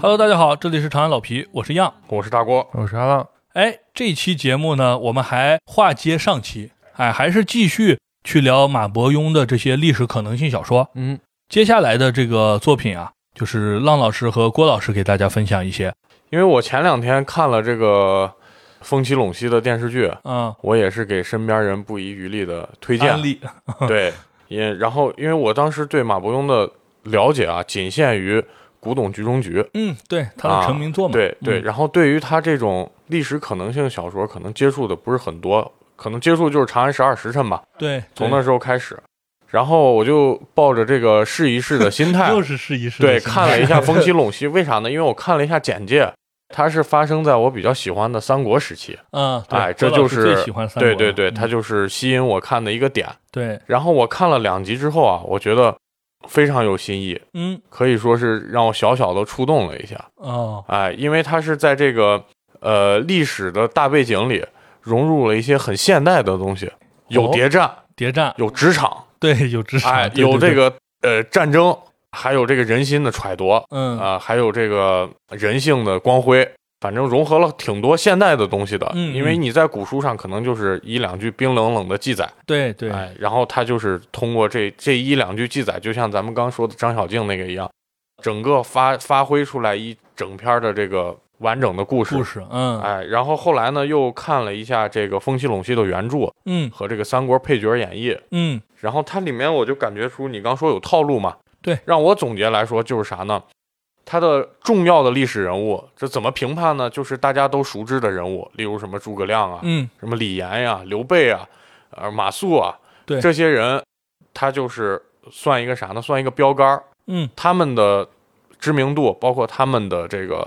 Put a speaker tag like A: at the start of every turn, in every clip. A: Hello，大家好，这里是长安老皮，我是样。
B: 我是大郭，
C: 我是阿浪，
A: 哎，这期节目呢，我们还划接上期，哎，还是继续去聊马伯庸的这些历史可能性小说。
C: 嗯，
A: 接下来的这个作品啊，就是浪老师和郭老师给大家分享一些，
B: 因为我前两天看了这个《风起陇西》的电视剧，
A: 嗯，
B: 我也是给身边人不遗余力的推荐
A: 案。例，
B: 对，也然后因为我当时对马伯庸的了解啊，仅限于《古董局中局》啊
A: 嗯，对，他的成名作嘛，
B: 对
A: 嗯
B: 对，，然后对于他这种历史可能性小说，可能接触的不是很多，可能接触就是《长安十二时辰》吧，
A: 对，
B: 从
A: 对
B: 那时候开始。然后我就抱着这个试一试的 心态，
A: 又是试一试的
B: 对，
A: 心态，
B: 看了一下《风起陇西》， 为啥呢？因为我看了一下简介，它是发生在我比较喜欢的三国时期。
A: 嗯，对
B: 哎
A: 郭
B: 这
A: 老
B: 就
A: 师
B: 是
A: 最喜欢三国
B: 对
A: 了，
B: 对对，
A: 嗯
B: 它就是吸引我看的一个点。
A: 对，
B: 然后我看了两集之后啊，我觉得非常有新意，
A: 嗯，
B: 可以说是让我小小的触动了一下。
A: 哦，
B: 哎，因为它是在这个呃历史的大背景里融入了一些很现代的东西，有
A: 哦
B: 谍战，
A: 谍战，
B: 有职场，
A: 对，有职场，
B: 哎，
A: 对
B: 有这，
A: 对对
B: 个呃战争，还有这个人心的揣度。
A: 嗯，
B: 啊、还有这个人性的光辉，反正融合了挺多现代的东西的。
A: 嗯
B: 因为
A: 嗯
B: 你在古书上可能就是一两句冰冷冷的记载，
A: 对对，
B: 哎，然后他就是通过这这一两句记载，就像咱们刚说的张小静那个一样，整个发发挥出来一整篇的这个完整的故事。
A: 故事，嗯
B: 哎，然后后来呢，又看了一下这个《风起陇西》的原著
A: 嗯
B: 和这个三国配角演绎，
A: 嗯，
B: 然后它里面我就感觉出你刚说有套路嘛，
A: 对
B: 让我总结来说就是啥呢？它的重要的历史人物，这怎么评判呢？就是大家都熟知的人物，例如什么诸葛亮啊，
A: 嗯，
B: 什么李严呀、刘备啊，呃马谡啊，
A: 对
B: 这些人，他就是算一个啥呢？算一个标杆儿，
A: 嗯，
B: 他们的知名度，包括他们的这个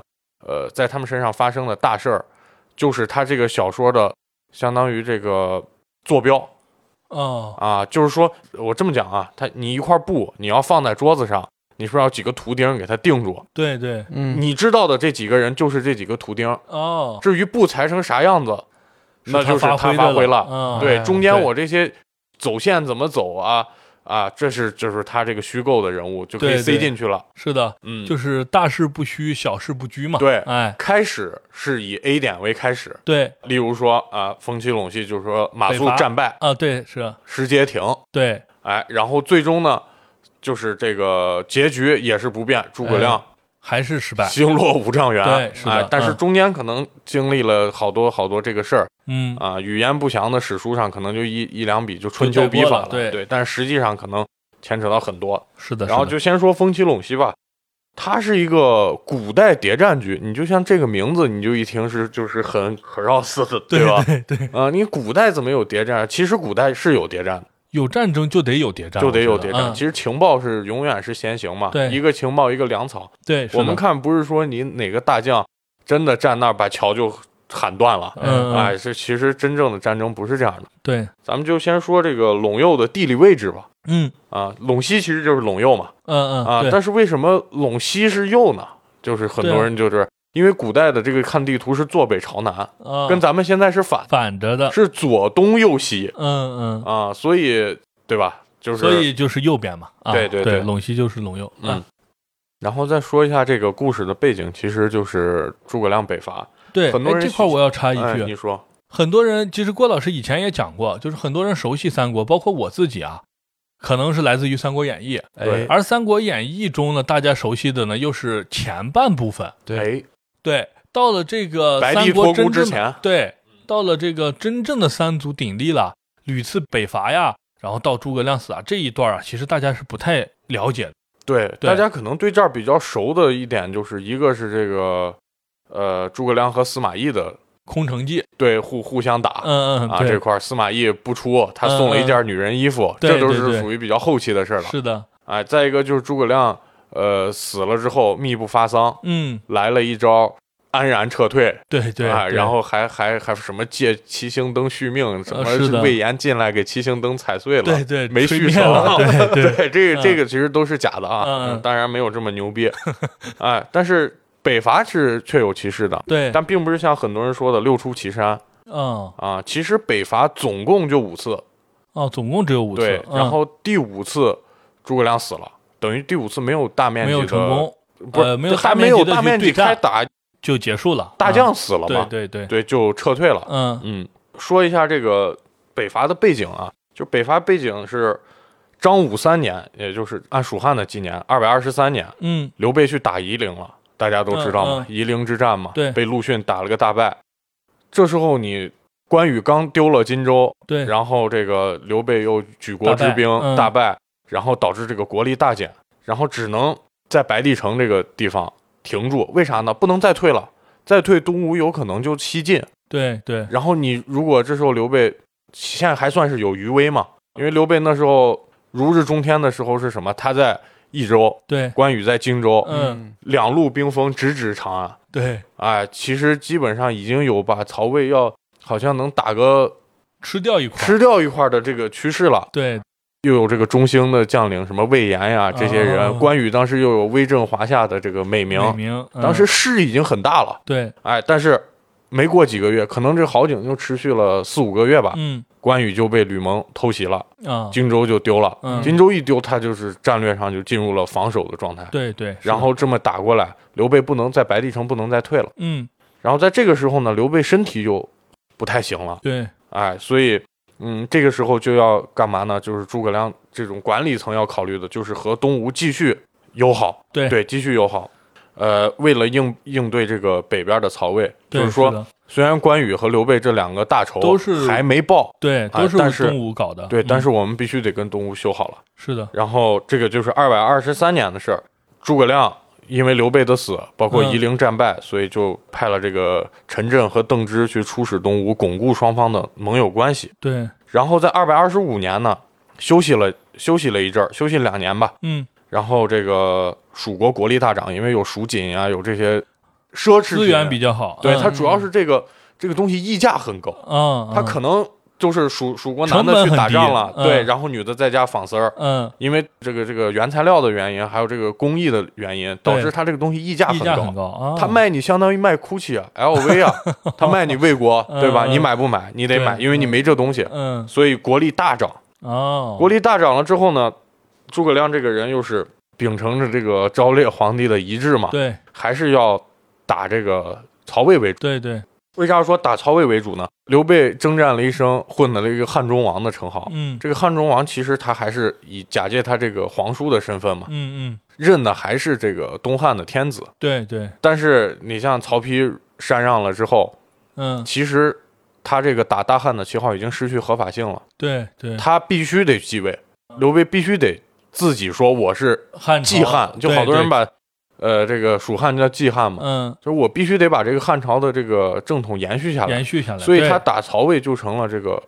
B: 呃，在他们身上发生的大事儿，就是他这个小说的相当于这个坐标，
A: 哦，
B: 啊，就是说我这么讲啊，它你一块布你要放在桌子上，你是不是要几个图钉给它钉住？
A: 对对，
C: 嗯，
B: 你知道的这几个人就是这几个图钉，
A: 哦，
B: 至于布裁成啥样子，那就是
A: 他
B: 他
A: 挥
B: 发挥
A: 了，
B: 了。
A: 嗯，
B: 对，
C: 哎
B: 中间
A: 对
B: 我这些走线怎么走啊啊，这是就是他这个虚构的人物就可以
A: 对对
B: 塞进去了。
A: 是的，
B: 嗯，
A: 就是大事不虚，小事不拘嘛。
B: 对
A: 哎，
B: 开始是以 A 点为开始，
A: 对
B: 例如说啊，风起陇西就是说马
A: 北伐
B: 谡战败
A: 啊，对是，
B: 石阶亭，
A: 对
B: 哎，然后最终呢，就是这个结局也是不变，
A: 哎
B: 诸葛亮
A: 还是失败。
B: 星落五丈原，
A: 对是的
B: 哎，但是
A: 嗯
B: 中间可能经历了好多好多这个事儿
A: 嗯，
B: 啊，语言不详的史书上可能就一一两笔就春秋笔
A: 就带过
B: 法
A: 了对
B: 对，但是实际上可能牵扯到很多。
A: 是的，
B: 然后
A: 是的
B: 就先说风起陇西吧，它是一个古代谍战剧，你就像这个名字，你就一听是就是很很绕死的，
A: 对
B: 吧？
A: 对对，
B: 啊、你古代怎么有谍战？其实古代是有谍战的。
A: 有战争就得有谍战，
B: 就得有
A: 我觉
B: 谍
A: 得
B: 战。
A: 嗯
B: 其实情报是永远是先行嘛，
A: 对
B: 一个情报一个粮草。
A: 对，是
B: 我们
A: 的
B: 看不是说你哪个大将真的站那儿把桥就喊断了，
A: 嗯
B: 哎，这其实真正的战争不是这样的。
A: 对，
B: 咱们就先说这个陇右的地理位置吧。
A: 嗯
B: 啊，陇西其实就是陇右嘛，
A: 嗯
B: 啊
A: 嗯，，对
B: 但是为什么陇西是右呢？就是很
A: 对啊
B: 多人就是因为古代的这个看地图是坐北朝南，
A: 啊
B: 跟咱们现在是反，
A: 反着的，
B: 是左东右西
A: 嗯嗯，
B: 啊，所以对吧？就是
A: 所以就是右边嘛，啊
B: 对对
A: 对，
B: 对
A: 陇西就是陇右，
B: 嗯
A: 啊，，
B: 然后再说一下这个故事的背景，其实就是诸葛亮北伐。
A: 对，
B: 很多
A: 哎
B: 人
A: 这块
B: 喜
A: 我要插一
B: 哎，
A: 句，
B: 你说，
A: 很多人其实郭老师以前也讲过，就是很多人熟悉三国，包括我自己啊，可能是来自于《三国演义》，
B: 对
C: 哎，
A: 而《三国演义》中呢，大家熟悉的呢又是前半部分。
C: 对，
B: 哎，
A: 对，到了这个
B: 白
A: 三
B: 帝
A: 国
B: 托孤
A: 真正
B: 之
A: 的
B: 前，
A: 对，到了这个真正的三足鼎立了，屡次北伐呀，然后到诸葛亮死啊这一段啊，其实大家是不太了解的。
B: 对
A: 对
B: 大家可能对这儿比较熟的一点，就是一个是这个，呃，诸葛亮和司马懿的
A: 空城计，
B: 对互互相打。
A: 嗯嗯，
B: 啊，
A: 对，嗯
B: 这块儿司马懿不出，他送了一件女人衣服，
A: 对
B: 这都
A: 对
B: 是
A: 对
B: 属于比较后期的事儿了。
A: 是的，
B: 哎，再一个就是诸葛亮，呃，死了之后密不发丧，
A: 嗯，
B: 来了一招安然撤退，
A: 对对，
B: 啊，
A: 对
B: 然后还还还什么借七星灯续命，什
A: 呃是的
B: 么魏延进来给七星灯踩碎了，
A: 对对
B: 没
A: 吹
B: 续
A: 灭
B: 成
A: 了，对对，
B: 对这
A: 嗯
B: 个这个其实都是假的啊，
A: 嗯嗯
B: 当然没有这么牛逼，哎，但是北伐是确有其事的，
A: 对，
B: 但并不是像很多人说的六出祁山
A: 嗯
B: 啊，其实北伐总共就五次，
A: 哦，总共只有五次
B: 对，，
A: 嗯
B: 然后第五次诸葛亮死了，等于第五次没有大面
A: 没
B: 积
A: 有
B: 的
A: 成功，
B: 不是
A: 呃没有
B: 还
A: 大面
B: 没有
A: 积地
B: 大
A: 去
B: 面
A: 对
B: 积开
A: 战
B: 打，
A: 就结束了。
B: 大
A: 啊
B: 将死了嘛，
A: 对对对，
B: 对，就撤退了。
A: 嗯
B: 嗯，说一下这个北伐的背景啊，就北伐背景是张五三年，也就是按蜀汉的纪年，二百二十三年，
A: 嗯
B: 刘备去打夷陵了，大家都知道嘛，
A: 嗯嗯
B: 夷陵之战嘛，
A: 对
B: 被陆逊打了个大败。这时候你关羽刚丢了荆州，
A: 对，
B: 然后这个刘备又举国之兵
A: 大败嗯
B: 大败，然后导致这个国力大减，然后只能在白帝城这个地方停住。为啥呢？不能再退了，再退东吴有可能就西进。
A: 对对
B: 然后你如果这时候刘备现在还算是有余威嘛，因为刘备那时候如日中天的时候是什么？他在益州，
A: 对
B: 关羽在荆州，
A: 嗯
B: 两路兵锋直指长安。
A: 对，
B: 哎，其实基本上已经有把曹魏要好像能打个
A: 吃掉一块儿，
B: 吃掉一块儿的这个趋势了。
A: 对
B: 又有这个中兴的将领，什么魏延呀这些人，
A: 哦
B: 关羽当时又有威震华夏的这个美名，
A: 美名，嗯
B: 当时势已经很大了。
A: 对，
B: 哎，但是没过几个月，可能这好景就持续了四五个月吧，
A: 嗯
B: 关羽就被吕蒙偷袭了，
A: 啊，
B: 荆州就丢了。
A: 嗯
B: 荆州一丢，他就是战略上就进入了防守的状态。
A: 对对，是
B: 然后这么打过来，刘备不能在白帝城不能再退了。
A: 嗯
B: 然后在这个时候呢，刘备身体就不太行了，
A: 对
B: 哎，所以嗯，这个时候就要干嘛呢？就是诸葛亮这种管理层要考虑的，就是和东吴继续友好，
A: 对
B: 对，继续友好。呃，为了应应对这个北边的曹魏，就
A: 对
B: 是说，
A: 的
B: 虽然关羽和刘备这两个大仇
A: 都是
B: 还没报，
A: 对
B: 哎
A: 都
B: 但是
A: 是东吴搞的，
B: 对，
A: 嗯
B: 但是我们必须得跟东吴修好了。
A: 是的，
B: 然后这个就是二百二十三年的事儿。诸葛亮因为刘备的死，包括
A: 嗯
B: 夷陵战败，所以就派了这个陈震和邓芝去出使东吴，巩固双方的盟友关系。
A: 对，
B: 然后在二百二十五年呢，休息了休息了一阵儿，休息两年吧。
A: 嗯，
B: 然后这个蜀国国力大涨，因为有蜀锦啊，有这些奢侈品啊
A: 资源比较好，
B: 对、
A: 嗯
B: 它主要是这个这个东西溢价很高，
A: 嗯，
B: 它
A: 嗯
B: 可能就是蜀蜀国男
A: 成本
B: 的去
A: 很
B: 打
A: 低
B: 仗了，
A: 嗯
B: 对，然后女的在家纺丝儿，
A: 嗯
B: 因为这个这个原材料的原因，还有这个工艺的原因，导致它这个东西溢价
A: 溢
B: 很
A: 价
B: 高。
A: 很高啊，
B: 它卖你相当于卖 GUCCI 啊、LV 啊，它卖你魏国，
A: 嗯
B: 对吧？
A: 嗯
B: 你买不买？你得买，
A: 对
B: 因为你没这东西，
A: 嗯
B: 所以国力大涨。
A: 哦，
B: 国力大涨了之后呢，诸葛亮这个人又是秉承着这个昭烈皇帝的遗志嘛，
A: 对
B: 还是要打这个曹魏为主。
A: 对对，
B: 为啥说打曹魏为主呢？刘备征战了一生，混得了一个汉中王的称号。
A: 嗯
B: 这个汉中王其实他还是以假借他这个皇叔的身份嘛，
A: 嗯嗯，
B: 认的还是这个东汉的天子。
A: 对对，
B: 但是你像曹丕禅让了之后，
A: 嗯
B: 其实他这个打大汉的旗号已经失去合法性了，
A: 对对，
B: 他必须得继位，刘备必须得自己说我是
A: 汉
B: 季
A: 朝
B: 汉，就
A: 哦对
B: 好多人
A: 对
B: 把呃这个蜀汉叫季汉嘛，
A: 嗯
B: 就是我必须得把这个汉朝的这个正统延续下来
A: 延，续下来，
B: 所以
A: 对
B: 他打曹魏就成了这个。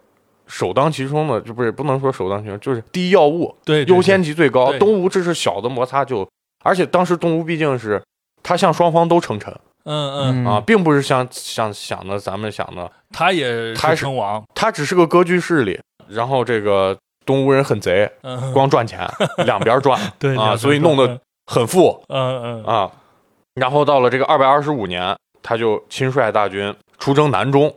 B: 首当其冲的，就不是不能说首当其冲，就是第一要务。
A: 对对嗯
B: 优先级最高。
A: 对
B: 东吴这是小的摩擦就，而且当时东吴毕竟是他向双方都称臣
A: 嗯嗯，
B: 啊，并不是像像想的咱们想的，
A: 他也
B: 他
A: 是
B: 是
A: 称王，
B: 他只是个割据势力。然后这个东吴人很贼，
A: 嗯
B: 光赚钱，两边 赚，
A: 对
B: 啊，
A: 两
B: 所以
A: 边
B: 弄
A: 说
B: 得很富
A: 嗯嗯嗯
B: 啊。然后到了这个二百二十五年，他就亲率大军出征南中，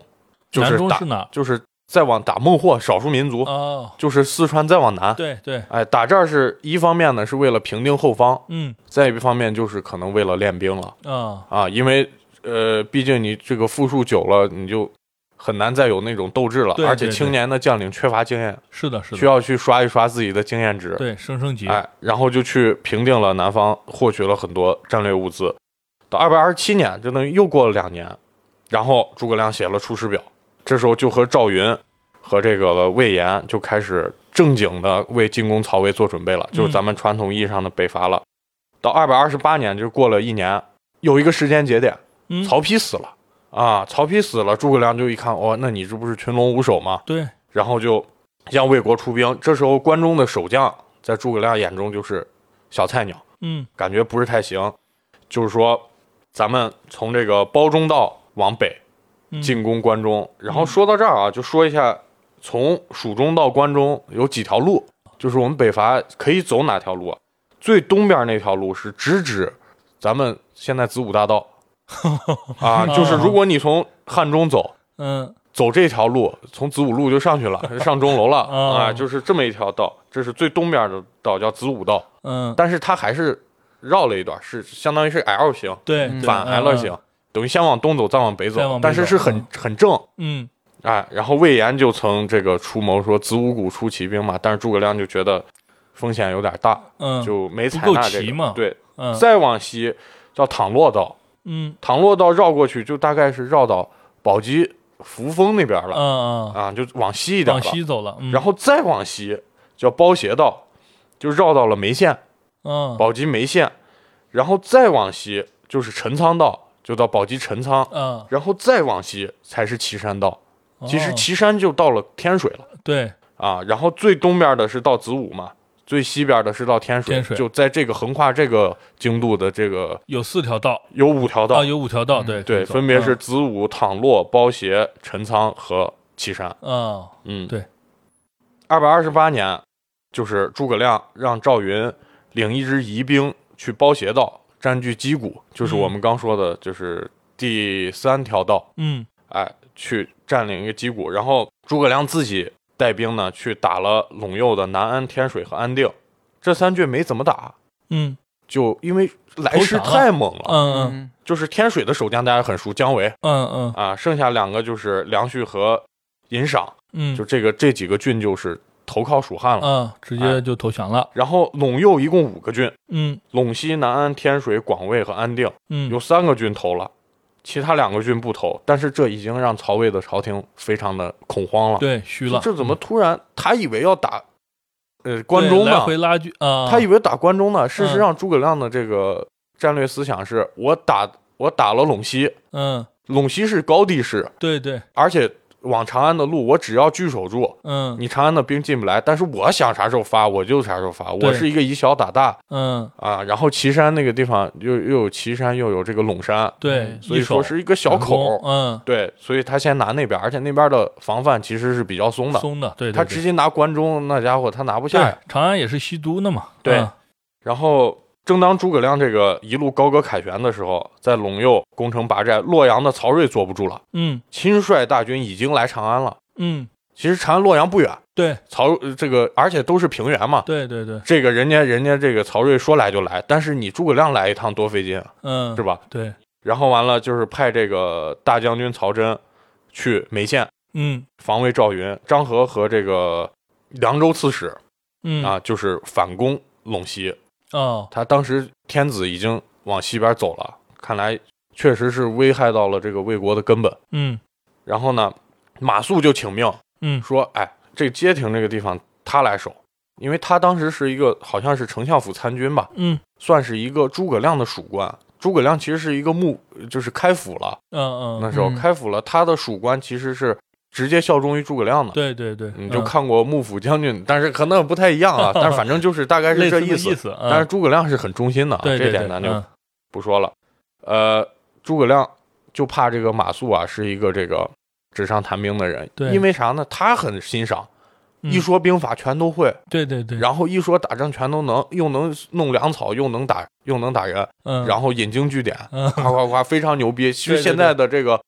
B: 就
A: 嗯南
B: 是
A: 中
B: 打
A: 是哪？
B: 就是再往打孟获少数民族，
A: 哦，
B: 就是四川再往南。
A: 对对，
B: 哎，打这儿是一方面呢，是为了平定后方，
A: 嗯
B: 再一方面就是可能为了练兵了
A: 啊，
B: 啊，因为呃，毕竟你这个复述久了，你就很难再有那种斗志了，
A: 对对
B: 而且青年的将领缺乏经验，
A: 是的，是
B: 需
A: 的，
B: 要去刷一刷自己的经验值。
A: 对，升升级，
B: 哎，然后就去平定了南方，获取了很多战略物资。到二百二十七年，就等于又过了两年，然后诸葛亮写了《出师表》，这时候就和赵云和这个魏延就开始正经的为进攻曹魏做准备了，就是咱们传统意义上的北伐了。到二百二十八年，就过了一年，有一个时间节点，
A: 嗯，
B: 曹丕死了啊！曹丕死了，诸葛亮就一看，哦，那你这不是群龙无首吗？
A: 对，
B: 然后就向魏国出兵。这时候关中的守将在诸葛亮眼中就是小菜鸟，
A: 嗯
B: 感觉不是太行。就是说，咱们从这个包中道往北
A: 嗯
B: 进攻关中。然后说到这儿啊，就说一下从蜀中到关中有几条路，就是我们北伐可以走哪条路啊？最东边那条路是直指咱们现在子午大道啊，就是如果你从汉中走，
A: 嗯
B: 走这条路，从子午路就上去 了，上钟楼了啊、
A: 哦
B: 就是这么一条道，这是最东边的道，叫子午道，
A: 嗯，
B: 但是它还是绕了一段，是相当于是 L 型
A: 对，
C: 嗯
A: 对
B: 反 L，型，等于先往东走，再往北
A: 再往
B: 走
A: 北，
B: 但是
A: 走
B: 是很
A: 嗯
B: 很正。
A: 嗯
B: 哎，然后魏延就曾这个出谋说子午谷出奇兵嘛，但是诸葛亮就觉得风险有点大，
A: 嗯，
B: 就没采
A: 不够
B: 纳这
A: 齐
B: 个。
A: 嘛
B: 对，
A: 嗯
B: 再往西叫倘洛道，
A: 嗯
B: 倘洛道绕过去就大概是绕到宝鸡扶风那边了、
A: 嗯嗯，
B: 啊，就往西一点
A: 往
B: 了。
A: 西走了，嗯
B: 然后再往西叫包斜道，就绕到了眉县，
A: 嗯
B: 宝鸡眉县，然后再往西就是陈仓道，就到宝鸡陈仓，
A: 嗯，
B: 然后再往西才是岐山道。其实
A: 哦
B: 岐山就到了天水了。
A: 对
B: 啊，然后最东边的是到子午嘛，最西边的是到天水，
A: 天水
B: 就在这个横跨这个经度的这个
A: 有四条道
B: 有五条道，嗯
A: 啊，有五条嗯道，对可
B: 对，
A: 以走
B: 分别是子午、倘洛、包斜、陈仓和岐山。
A: 嗯
B: 嗯，
A: 对。
B: 二百二十八年，就是诸葛亮让赵云领一支疑兵去包斜道，占据击鼓，就是我们刚说的，就是第三条道。
A: 嗯
B: 哎，去占领一个击鼓。然后诸葛亮自己带兵呢，去打了陇右的南安、天水和安定，这三郡没怎么打，
A: 嗯
B: 就因为来
A: 投
B: 势
A: 降了
B: 太猛了。
A: 嗯嗯
C: 嗯
B: 就是天水的守将大家很熟，姜维
A: 嗯嗯
B: 啊，剩下两个就是梁旭和尹赏，
A: 嗯，
B: 就啊这个这几个郡就是投靠蜀汉了。
A: 嗯直
B: 哎
A: 接就投降了，
B: 然后陇右一共五个郡，
A: 嗯
B: 陇西、南安、天水、广魏和安定
A: 嗯
B: 有三个郡投了。其他两个郡不投，但是这已经让曹魏的朝廷非常的恐慌了。
A: 对虚了，嗯
B: 这怎么突然？他以为要打，呃，关中
A: 对来
B: 呢？
A: 回拉锯啊，
B: 他以为打关中呢。事
A: 嗯
B: 实上，诸葛亮的这个战略思想是：我打我打了陇西，
A: 嗯
B: 陇西是高地势，
A: 对对
B: 而且往长安的路，我只要据守住，
A: 嗯
B: 你长安的兵进不来。但是我想啥时候发，我就啥时候发。
A: 对
B: 我是一个以小打大
A: 嗯
B: 啊。然后岐山那个地方又又有岐山，又有这个陇山，嗯
A: 对，
B: 所以
A: 一手
B: 说是一个
A: 反
B: 小
A: 攻
B: 口。
A: 嗯
B: 对，所以他先拿那边，而且那边的防范其实是比较松的。
A: 松的，对对
B: 他
A: 对
B: 直接拿关中，那家伙他拿不下呀。
A: 对长安也是西都呢嘛，
B: 对
A: 嗯
B: 然后，正当诸葛亮这个一路高歌凯旋的时候，在陇右攻城拔寨，洛阳的曹睿坐不住了，
A: 嗯
B: 亲率大军已经来长安了。
A: 嗯
B: 其实长安洛阳不远，
A: 对
B: 曹呃这个而且都是平原嘛。
A: 对对对
B: 这个人家人家这个曹睿说来就来，但是你诸葛亮来一趟多费劲啊，
A: 嗯
B: 是吧？
A: 对
B: 然后完了就是派这个大将军曹真去眉县
A: 嗯
B: 防卫赵云，张合和这个凉州刺史
A: 嗯
B: 啊，就是反攻陇西。
A: 哦
B: 他当时天子已经往西边走了，看来确实是危害到了这个魏国的根本。
A: 嗯
B: 然后呢，马谡就请命
A: 嗯
B: 说：“哎，这街亭这个地方他来守，因为他当时是一个好像是丞相府参军吧，
A: 嗯
B: 算是一个诸葛亮的属官。诸葛亮其实是一个幕，就是开府了，
A: 嗯
B: 那
A: 嗯
B: 时候
C: 嗯
B: 开府了，他的属官其实是直接效忠于诸葛亮的。”
A: 对对对，
B: 你就
A: 嗯
B: 看过幕府将军，但是可能不太一 样啊，但是反正就是大概
A: 类
B: 是这
A: 似的
B: 意思。
A: 思，
B: 但是
A: 嗯
B: 诸葛亮是很忠心的啊，
A: 对对
B: 这点
A: 对
B: 咱就
A: 嗯
B: 不说了。呃，诸葛亮就怕这个马谡啊是一个这个纸上谈兵的人，
A: 对
B: 因为啥呢？他很欣赏，
A: 嗯
B: 一说兵法全都会，
A: 对对对，
B: 然后一说打仗全都能，又能弄粮草，又能打，又能打人，
A: 嗯
B: 然后引经据典，
A: 嗯
B: 夸夸夸，非常牛 逼，
A: 对
B: 是
A: 对
B: 现在的这个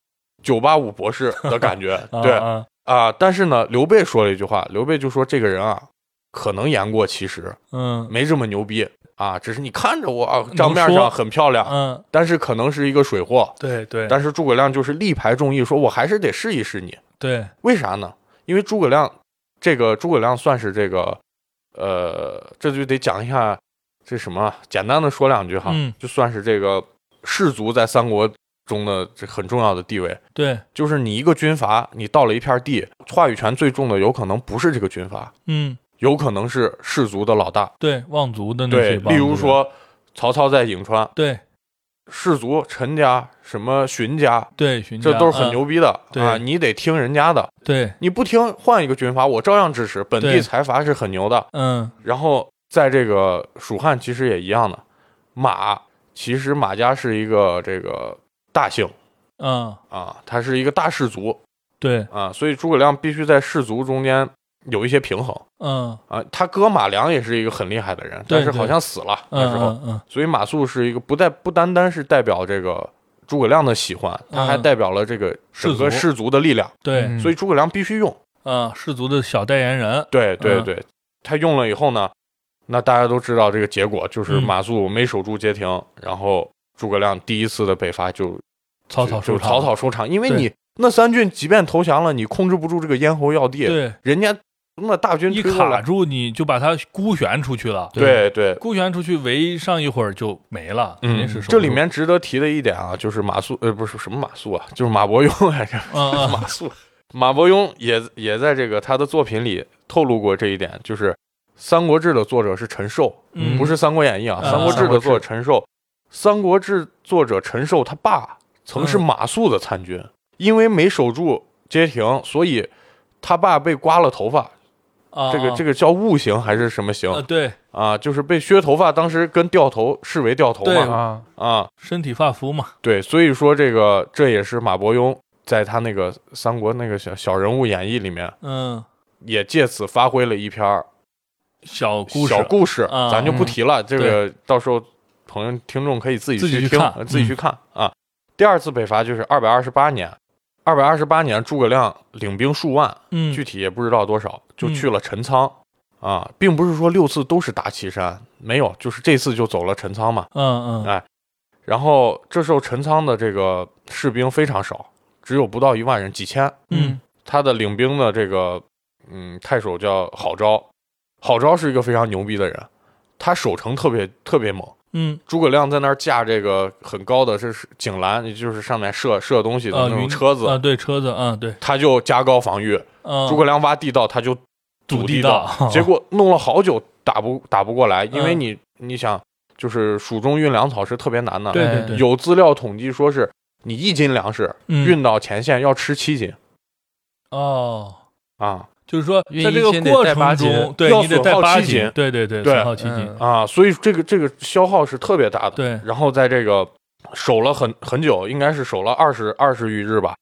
B: 九八五博士的感觉
A: ，啊
B: 对
A: 啊
B: 啊。但是呢，刘备说了一句话，刘备就说这个人啊，可能言过其实，
A: 嗯
B: 没这么牛逼啊，只是你看着我啊
A: 能
B: 账面
A: 说
B: 上很漂亮，
A: 嗯
B: 但是可能是一个水货。
A: 对对
B: 但是诸葛亮就是力排众议，说我还是得试一试你。
A: 对
B: 为啥呢？因为诸葛亮这个诸葛亮算是这个，呃，这就得讲一下这什么啊，简单的说两句哈，
A: 嗯
B: 就算是这个士族在三国中的这很重要的地位。
A: 对
B: 就是你一个军阀，你到了一片地，话语权最重的有可能不是这个军阀，
A: 嗯
B: 有可能是士族的老大。
A: 对望族的那
B: 对，
A: 些帮助人，
B: 例如说曹操在颍川，
A: 对
B: 士族陈家、什么荀家，
A: 对荀
B: 这
A: 家
B: 都是很
A: 嗯
B: 牛逼的、
A: 对
B: 啊！你得听人家的，
A: 对
B: 你不听换一个军阀，我照样支持。本
A: 对
B: 地财阀是很牛的。
A: 嗯
B: 然后在这个蜀汉其实也一样的，马其实马家是一个这个大姓
A: 嗯
B: 啊，他是一个大氏族
A: 对
B: 啊，所以诸葛亮必须在氏族中间有一些平衡
A: 嗯
B: 啊。他哥马良也是一个很厉害的人，
A: 对
B: 但是好
A: 对
B: 像死了那
A: 嗯
B: 时候。
A: 嗯嗯
B: 所以马谡是一个不代不单单是代表这个诸葛亮的喜欢，他还
A: 嗯
B: 代表了这个整个
A: 氏
B: 氏族的力量，
A: 对
C: 嗯
B: 所以诸葛亮必须用。
A: 啊氏族的小代言人
B: 对对
A: 嗯
B: 对，他用了以后呢，那大家都知道这个结果，就是
A: 嗯
B: 马谡没守住街亭，然后诸葛亮第一次的北伐就
A: 草草
B: 就
A: 收
B: 就
A: 场，
B: 草草收场，因为
A: 对
B: 你那三郡即便投降了，你控制不住这个咽喉要地，
A: 对，
B: 人家那大军
A: 一
B: 推过
A: 卡
B: 来，
A: 住你就把它孤悬出去了，
B: 对对，
A: 孤悬出去围上一会儿就没了，肯定
B: 嗯
A: 是守，不
B: 这里
A: 住
B: 面值得提的一点啊，就是马谡呃不是什么马谡啊，就是马伯庸来着，
A: 嗯嗯
B: 马谡，马伯庸也也在这个他的作品里透露过这一点，就是《三国志》的作者是陈寿，
A: 嗯
B: 不是《三国演义》啊，
A: 嗯
B: 三国志》的作者陈寿，《三国志》作者陈寿他爸曾
A: 嗯
B: 是马谡的参军，因为没守住街亭，所以他爸被刮了头发，
A: 啊，
B: 这个这
A: 个
B: 个叫误刑还是什么刑
A: 呃对，
B: 啊？就是被削头发，当时跟掉头视为掉头
A: 对
B: 嘛
C: 啊，
B: 啊，
A: 身体发肤嘛，
B: 对，所以说这个这也是马伯庸在他那个三国那个小小人物演义里面，
A: 嗯，
B: 也借此发挥了一篇儿
A: 小故事
B: 小故事，
A: 啊
B: 咱就不提了。这个到时候朋友听众可以自己
A: 自己
B: 去
A: 去
B: 听，
A: 看
B: 呃自己去看啊。第二次北伐就是二百二十八年，二百二十八年诸葛亮领兵数万，
A: 嗯
B: 具体也不知道多少，就
A: 嗯
B: 去了陈仓。啊，并不是说六次都是打岐山，没有，就是这次就走了陈仓嘛。
A: 嗯嗯
B: 哎然后这时候陈仓的这个士兵非常少，只有不到一万人，几千。
A: 嗯
B: 他的领兵的这个嗯太守叫郝昭，郝昭是一个非常牛逼的人，他守城特别特别猛。
A: 嗯
B: 诸葛亮在那儿架这个很高的这是井栏，也就是上面射射东西的
A: 啊
B: 那种
A: 云
B: 车子，
A: 啊对车子啊对，
B: 他就加高防御。
A: 嗯
B: 诸葛亮挖地道，他就
A: 堵
B: 地
A: 地 道
B: 结果弄了好久打不打不过来，因为
A: 哦嗯
B: 你、你想，就是蜀中运粮草是特别难的，
A: 对对对，
B: 有资料统计说是你一斤粮食
A: 嗯
B: 运到前线要吃七斤
A: 哦。
B: 啊
A: 就是说，
C: 运
A: 在这
C: 一
A: 个
C: 斤得
A: 过
C: 带八
A: 程中
C: 斤，
A: 对
B: 要
A: 你得
B: 损
A: 带
B: 耗
A: 八
B: 七斤
A: 对对对，
B: 对
A: 损耗七斤，
C: 嗯
B: 啊，所以这个这个消耗是特别大的。
A: 对，
B: 然后在这个守了很很久，应该是守了二十二十余日吧，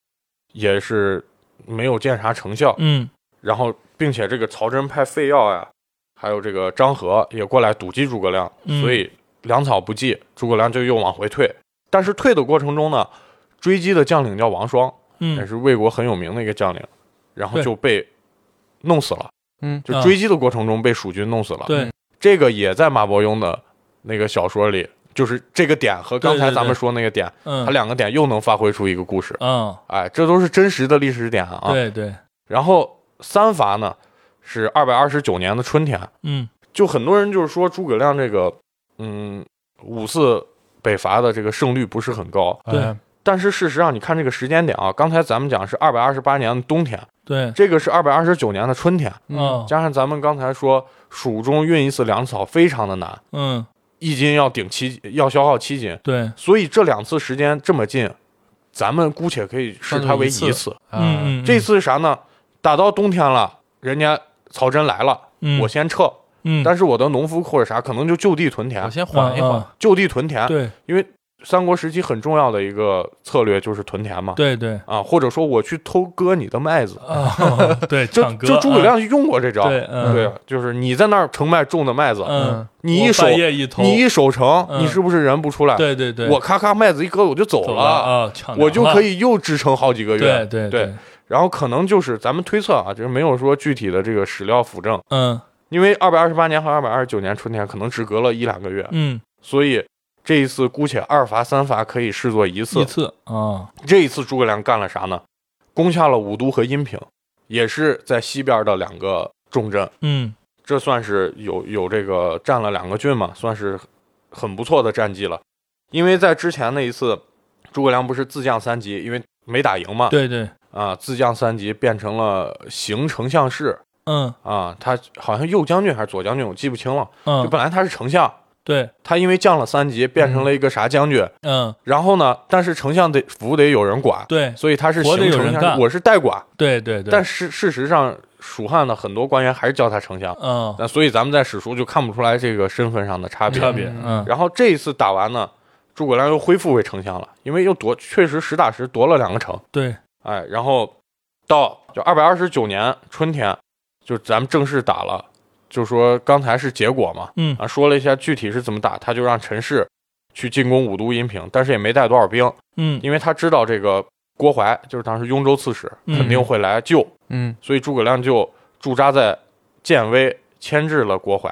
B: 也是没有见啥成效。
A: 嗯
B: 然后，并且这个曹真派费耀呀，还有这个张合也过来阻击诸葛亮，
A: 嗯
B: 所以粮草不济，诸葛亮就又往回退。但是退的过程中呢，追击的将领叫王双，也
A: 嗯
B: 是魏国很有名的一个将领，然后
A: 对
B: 就被弄死了，
C: 嗯
B: 就
A: 啊
B: 追嗯击的过程中被蜀军弄死了。
A: 对，
B: 这个也在马伯庸的那个小说里，就是这个点和刚才
A: 对对对
B: 咱们说那个点，
A: 嗯
B: 它两个点又能发挥出一个故事。
A: 嗯
B: 哎，这都是真实的历史点啊。
A: 对对
B: 然后三伐呢，是二百二十九年的春天，
A: 嗯
B: 就很多人就是说诸葛亮这个，嗯，五次北伐的这个胜率不是很高，
A: 对
C: 哎
B: 但是事实上你看这个时间点啊，刚才咱们讲是二百二十八年的冬天，
A: 对
B: 这个是二百二十九年的春天，
C: 嗯，
A: 嗯
B: 加上咱们刚才说蜀中运一次粮草非常的难，
A: 嗯
B: 一斤要顶七，要消耗七斤，
A: 对
B: 所以这两次时间这么近，咱们姑且可以视它为一
C: 当作一
B: 次。
C: 嗯
A: 嗯嗯
B: 这次是啥呢？打到冬天了，人家曹真来了，
A: 嗯
B: 我先撤，
A: 嗯
B: 但是我的农夫或者啥可能就就地屯
C: 我
B: 田，
C: 先缓一缓，
A: 啊
B: 就地屯
A: 啊
B: 田，
A: 对
B: 因为三国时期很重要的一个策略就是屯田嘛。
A: 对对
B: 啊，或者说我去偷割你的麦子，
A: 啊 对
B: 就
A: 唱歌
B: 就诸葛
A: 啊
B: 亮用过这招，
A: 对嗯
B: 对，啊就是你在那儿城外种的麦子，
A: 嗯
B: 你
A: 我
B: 一手
A: 半夜一头
B: 你一守城，
A: 嗯
B: 你是不是人不出来？
A: 对对对
B: 我咔咔麦子一割我就走
A: 走
B: 了，
A: 啊抢
B: 我就
A: 粮
B: 可
A: 了
B: 以又支撑好几个
A: 对
B: 月。
A: 对
B: 对然后可能就是咱们推测啊，就是没有说具体的这个史料辅证，
A: 嗯
B: 因为二百二十八年和二百二十九年春天可能只隔了一两个月，
A: 嗯
B: 所以这一次姑且二罚三罚可以视作一次。
A: 一次啊
B: 这一次诸葛亮干了啥呢？攻下了武都和阴平，也是在西边的两个重镇，
A: 嗯
B: 这算是有有这个占了两个郡嘛，算是很不错的战绩了。因为在之前那一次，诸葛亮不是自降三级，因为没打赢嘛，
A: 对对
B: 啊，自降三级变成了行丞相事
A: 嗯
B: 啊，他好像右将军还是左将军，我记不清了。就
A: 嗯
B: 本来他是丞相，
A: 对
B: 他因为降了三级，变成了一个啥将军。
A: 嗯
B: 然后呢，但是丞相得府得有人管，
A: 对
B: 所以他是
A: 活
B: 行
A: 得有人
B: 丞相，
A: 干
B: 我是代管。
A: 对对对
B: 但是事实上，蜀汉的很多官员还是叫他丞相。
A: 嗯
B: 那所以咱们在史书就看不出来这个身份上的哦差别。
A: 差别
C: 嗯
A: 嗯
B: 然后这一次打完呢，诸葛亮又恢复为丞相了，因为又夺，确实实打实夺了两个城。
A: 对
B: 哎，然后到就二百二十九年春天，就咱们正式打了，就说刚才是结果嘛，
A: 嗯
B: 啊，说了一下具体是怎么打，他就让陈氏去进攻武都阴平，但是也没带多少兵，
A: 嗯
B: 因为他知道这个郭淮就是当时雍州刺史
A: 嗯
B: 肯定会来救，
C: 嗯
B: 所以诸葛亮就驻扎在建威，牵制了郭淮。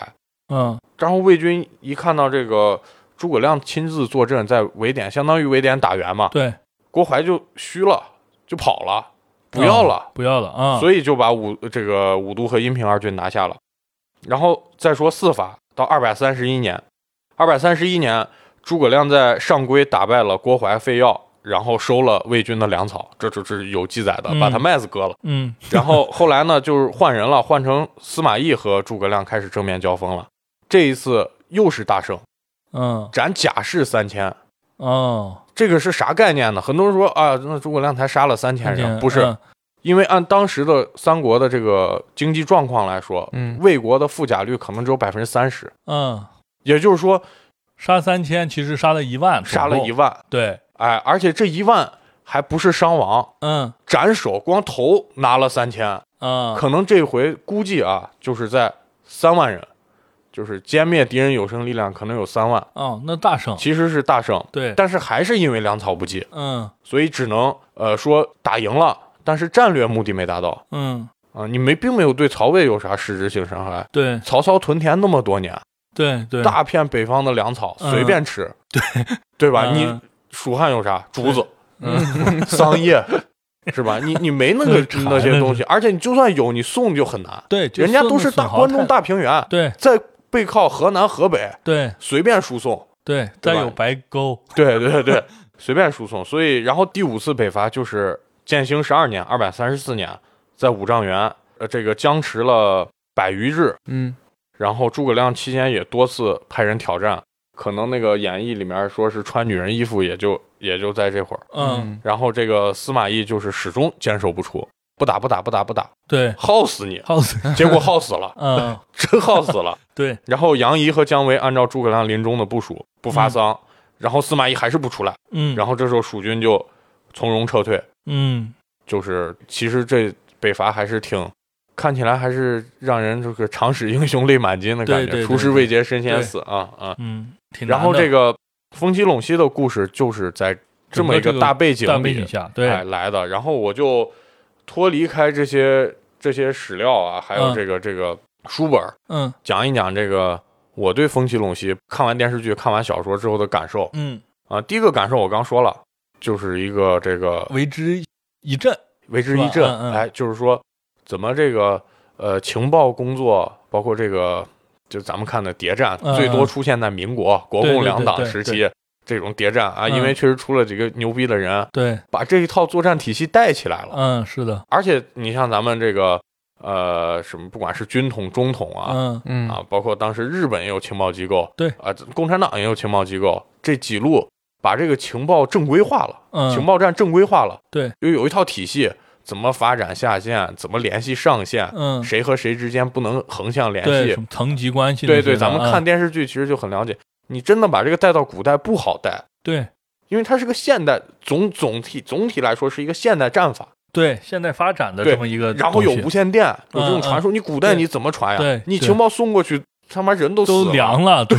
A: 嗯
B: 然后魏军一看到这个诸葛亮亲自坐镇在围点，相当于围点打援嘛，
A: 对，
B: 郭槐就虚了，就跑了，不要了，
A: 不要了啊，以
B: 所以就把武这个武都和阴平二郡拿下了。然后再说四伐，到二百三十一年，二百三十一年，诸葛亮在上邽打败了郭槐、费耀，然后收了魏军的粮草，这这这是有记载的，
A: 嗯
B: 把他麦子割了。
A: 嗯
B: 然后后来呢，就是换人了，换成司马懿和诸葛亮开始正面交锋了。这一次又是大胜，
A: 嗯
B: 斩甲士三千，
A: 哦，
B: 这个是啥概念呢？很多人说啊，那诸葛亮才杀了三千人，
A: 嗯
B: 不是，因为按当时的三国的这个经济状况来说，
A: 嗯
B: 魏国的富甲率可能只有百分之三十，
A: 嗯，
B: 也就是说
A: 杀三千，其实杀了一万，
B: 杀了一
A: 万，
B: 万，
A: 对，
B: 哎，而且这一万还不是伤亡，
A: 嗯
B: 斩首光头拿了三千，
A: 啊，
B: 可能这回估计啊，就是在三万人，就是歼灭敌人有生力量可能有三万，
A: 哦，那大胜，
B: 其实是大胜，
A: 对，
B: 但是还是因为粮草不济，
A: 嗯
B: 所以只能呃说打赢了，但是战略目的没达到
A: 嗯，
B: 啊、你没并没有对曹魏有啥实质性伤害。
A: 对
B: 曹操屯田那么多年，
A: 对对，
B: 大片北方的粮草
A: 嗯
B: 随便吃，对对吧？
A: 嗯
B: 你蜀汉有啥？竹子、
A: 嗯
B: 桑叶，是吧？你你没那
A: 那
B: 个
A: 是
B: 那
A: 馋
B: 些
A: 的
B: 东西，而且你就算有，你送就很难。
A: 对，就
B: 人家
A: 送
B: 都
A: 的
B: 是
A: 损
B: 大
A: 耗
B: 关中
A: 太，
B: 大平原，
A: 对
B: 在背靠河南、河北，
A: 对
B: 随便 输送。
A: 对，
B: 对
A: 再
B: 吧
A: 有白沟，
B: 对对对，随便输送。所以，然后第五次北伐就是建兴十二年，二百三十四年，在五丈原，呃，这个僵持了百余日，
C: 嗯
B: 然后诸葛亮期间也多次派人挑战，可能那个演义里面说是穿女人衣服，也就也就在这会儿。
A: 嗯，
B: 然后这个司马懿就是始终坚守不出，不打不打不打不打，
A: 对，
B: 耗死你！
A: 耗子，
B: 结果耗死了，
A: 嗯，
B: 真耗死了。
A: 对，
B: 然后杨仪和姜维按照诸葛亮临终的部署，不发丧，然后司马懿还是不出来，
A: 嗯，
B: 然
A: 后
B: 后这时候蜀军就从容撤退。
A: 嗯，
B: 就是其实这北伐还是挺。看起来还是让人就是长使英雄泪满襟的感
A: 对对对
B: 觉，出师未捷身先
A: 对
B: 死啊啊！
A: 嗯，挺
B: 然
A: 难
B: 后
A: 的
B: 这个风起陇西的故事就是在这么一
A: 整个这个
B: 大背景
A: 大背景
B: 里
A: 下，
B: 哎
A: 对，
B: 来的。然后我就脱离开这些这些史料啊，还有
A: 嗯
B: 这个、这个书本儿，
A: 嗯
B: 讲一讲这个我对风起陇西看完电视剧、看完小说之后的感受
A: 嗯，
B: 啊、第一个感受我刚说了，就是一个这个
A: 为之一振，
B: 为之一
A: 是
B: 振，
A: 吧嗯嗯
B: 哎，就是说怎么这个呃情报工作，包括这个就咱们看的谍战，
A: 嗯
B: 最多
A: 嗯
B: 出现在民国、国
A: 对
B: 共
A: 对
B: 两
A: 对
B: 党
A: 对
B: 时
A: 对
B: 期这种谍战啊，因
A: 嗯
B: 为确实出了几个牛逼的人，
A: 对，
B: 把这一套作战体系带起来了。
A: 嗯，是的，
B: 而且你像咱们这个呃什么，不管是军统、中统啊。
A: 嗯
C: 嗯
B: 啊，包括当时日本也有情报机构，
A: 对
B: 啊、共产党也有情报机构，这几路把这个情报正规化了，
A: 嗯，
B: 情报站正规化了，
A: 对，
B: 又有一套体系，怎么发展下线，怎么联系上线，
A: 嗯，
B: 谁和谁之间不能横向联
A: 对，
B: 系
A: 什，么层级关系那
B: 对
A: 些的，
B: 对，咱们
A: 嗯
B: 看，电视剧其实就很了解。你真的把这个带到古代不好带，
A: 对
B: 因为它是个现代总总体总体来说是一个现代战法，
A: 对，现代发展的
B: 对
A: 这么一个东西，
B: 然后有无线电，有这
A: 嗯
B: 种传输，你古代
A: 对
B: 你怎么传呀
A: 对？
B: 你
A: 对
B: 情报送过去，他妈人都死
A: 都
B: 了
A: 凉了，对，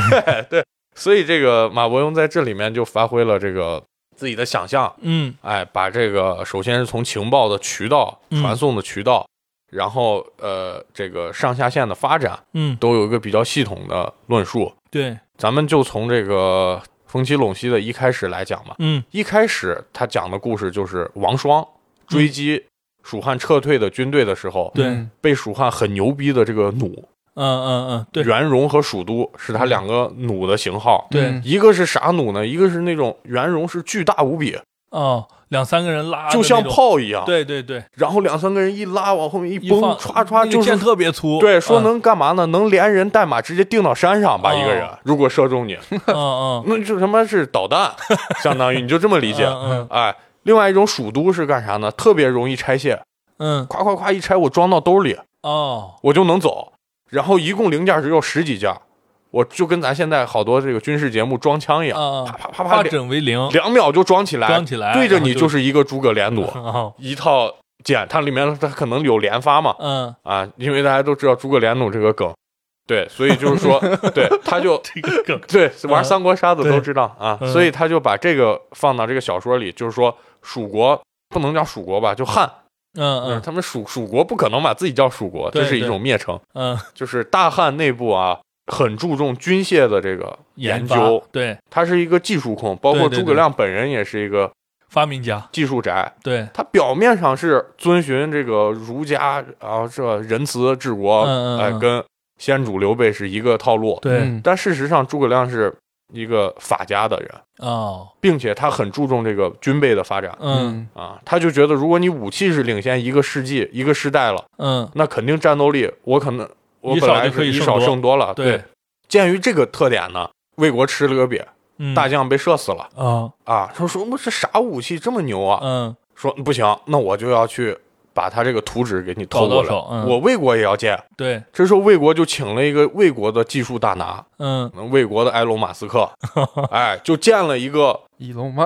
B: 所以这个马伯庸在这里面就发挥了这个自己的想象，
A: 嗯
B: 哎，把这个首先是从情报的渠道、
A: 嗯
B: 传送的渠道，然后呃，这个上下线的发展
A: 嗯，
B: 都有一个比较系统的论述。
A: 对，
B: 咱们就从这个风起陇西的一开始来讲吧。
A: 嗯
B: 一开始他讲的故事就是王双追击蜀汉撤退的军队的时候，
A: 对，嗯
C: 嗯
B: 被蜀汉很牛逼的这个弩
A: 嗯嗯，对嗯
B: 袁荣和蜀都是他两个弩的型号，
A: 对
C: 嗯，
B: 一个是啥弩呢？一个是那种袁荣是巨大无比，
A: 哦，两三个人拉，
B: 就像，炮一样，
A: 对对对，
B: 然后两三个人一拉，往后面一
A: 一
B: 崩，
A: 放
B: 歘歘
A: 那个
B: 就
A: 箭
B: 是。
A: 特别粗，
B: 对，说
A: 嗯，
B: 能干嘛呢？能连人带马直接钉到山上吧，
A: 哦
B: 一个人如果射中你，
A: 嗯嗯，
B: 那就他妈是导弹， 相当于你就这么理解。
A: 嗯
B: 哎，另外一种蜀都是干啥呢？特别容易拆卸，
A: 嗯嗯，
B: 夸夸夸一拆，我装到兜里，
A: 哦，
B: 我就能走。然后一共零件只有十几件，我就跟咱现在好多这个军事节目装枪一样，
A: 嗯
B: 啪
A: 嗯，
B: 啪啪啪
A: 化
B: 两，
A: 整为零，
B: 两秒就装起来
A: 装，起来，
B: 对着你
A: 然后就
B: 就，是一个诸葛连弩，
A: 哦，
B: 一套箭，它里面它可能有连发嘛，
A: 嗯，
B: 啊，因为大家都知道诸葛连弩这个梗，对，所以就 是说，对，他就
A: 这个梗，
B: 对玩
A: 嗯
B: 三国杀的
A: 对
B: 都知道啊，
A: 嗯
B: 所以他就把这个放到这个小说里，就是说蜀国不能叫蜀国吧，就汉，就是
A: 嗯嗯
B: 他们蜀蜀国不可能把自己叫蜀国，这
A: 对
B: 是一
A: 对
B: 种蔑称，
A: 嗯
B: 就是大汉内部啊，很注重军械的这个研
A: 发
B: 究，
A: 对
B: 他是一个技术控，包括
A: 对对
B: 诸葛亮本人也是一个
A: 发明家，
B: 技术宅。
A: 对，
B: 他表面上是遵循这个儒家啊，这仁慈治国，
A: 嗯嗯嗯
B: 哎，跟先主刘备是一个套路。
A: 对
C: 嗯
B: 但事实上，诸葛亮是一个法家的人，
A: 哦，
B: 并且他很注重这个军备的发展
A: 嗯
B: 啊。他就觉得，如果你武器是领先一个世纪、一个时代了，
A: 嗯，
B: 那肯定战斗力，我可能我
A: 以
B: 本
A: 少
B: 来
A: 就可
B: 是
A: 以
B: 以
A: 胜
B: 少
A: 多
B: 胜多了。
A: 对，
B: 鉴于这个特点呢，魏国吃了个瘪，
A: 嗯
B: 大将被射死了
A: 啊，
B: 啊。他说：“我这啥武器这么牛啊？”
A: 嗯
B: 说不行，那我就要去把他这个图纸给你偷
A: 搞
B: 过
A: 到
B: 来，
A: 手，嗯，
B: 我魏国也要建。
A: 对，
B: 这时候魏国就请了一个魏国的技术大拿，
A: 嗯
B: 魏国的埃隆马斯 克，哎，就建了一个
C: 一龙马，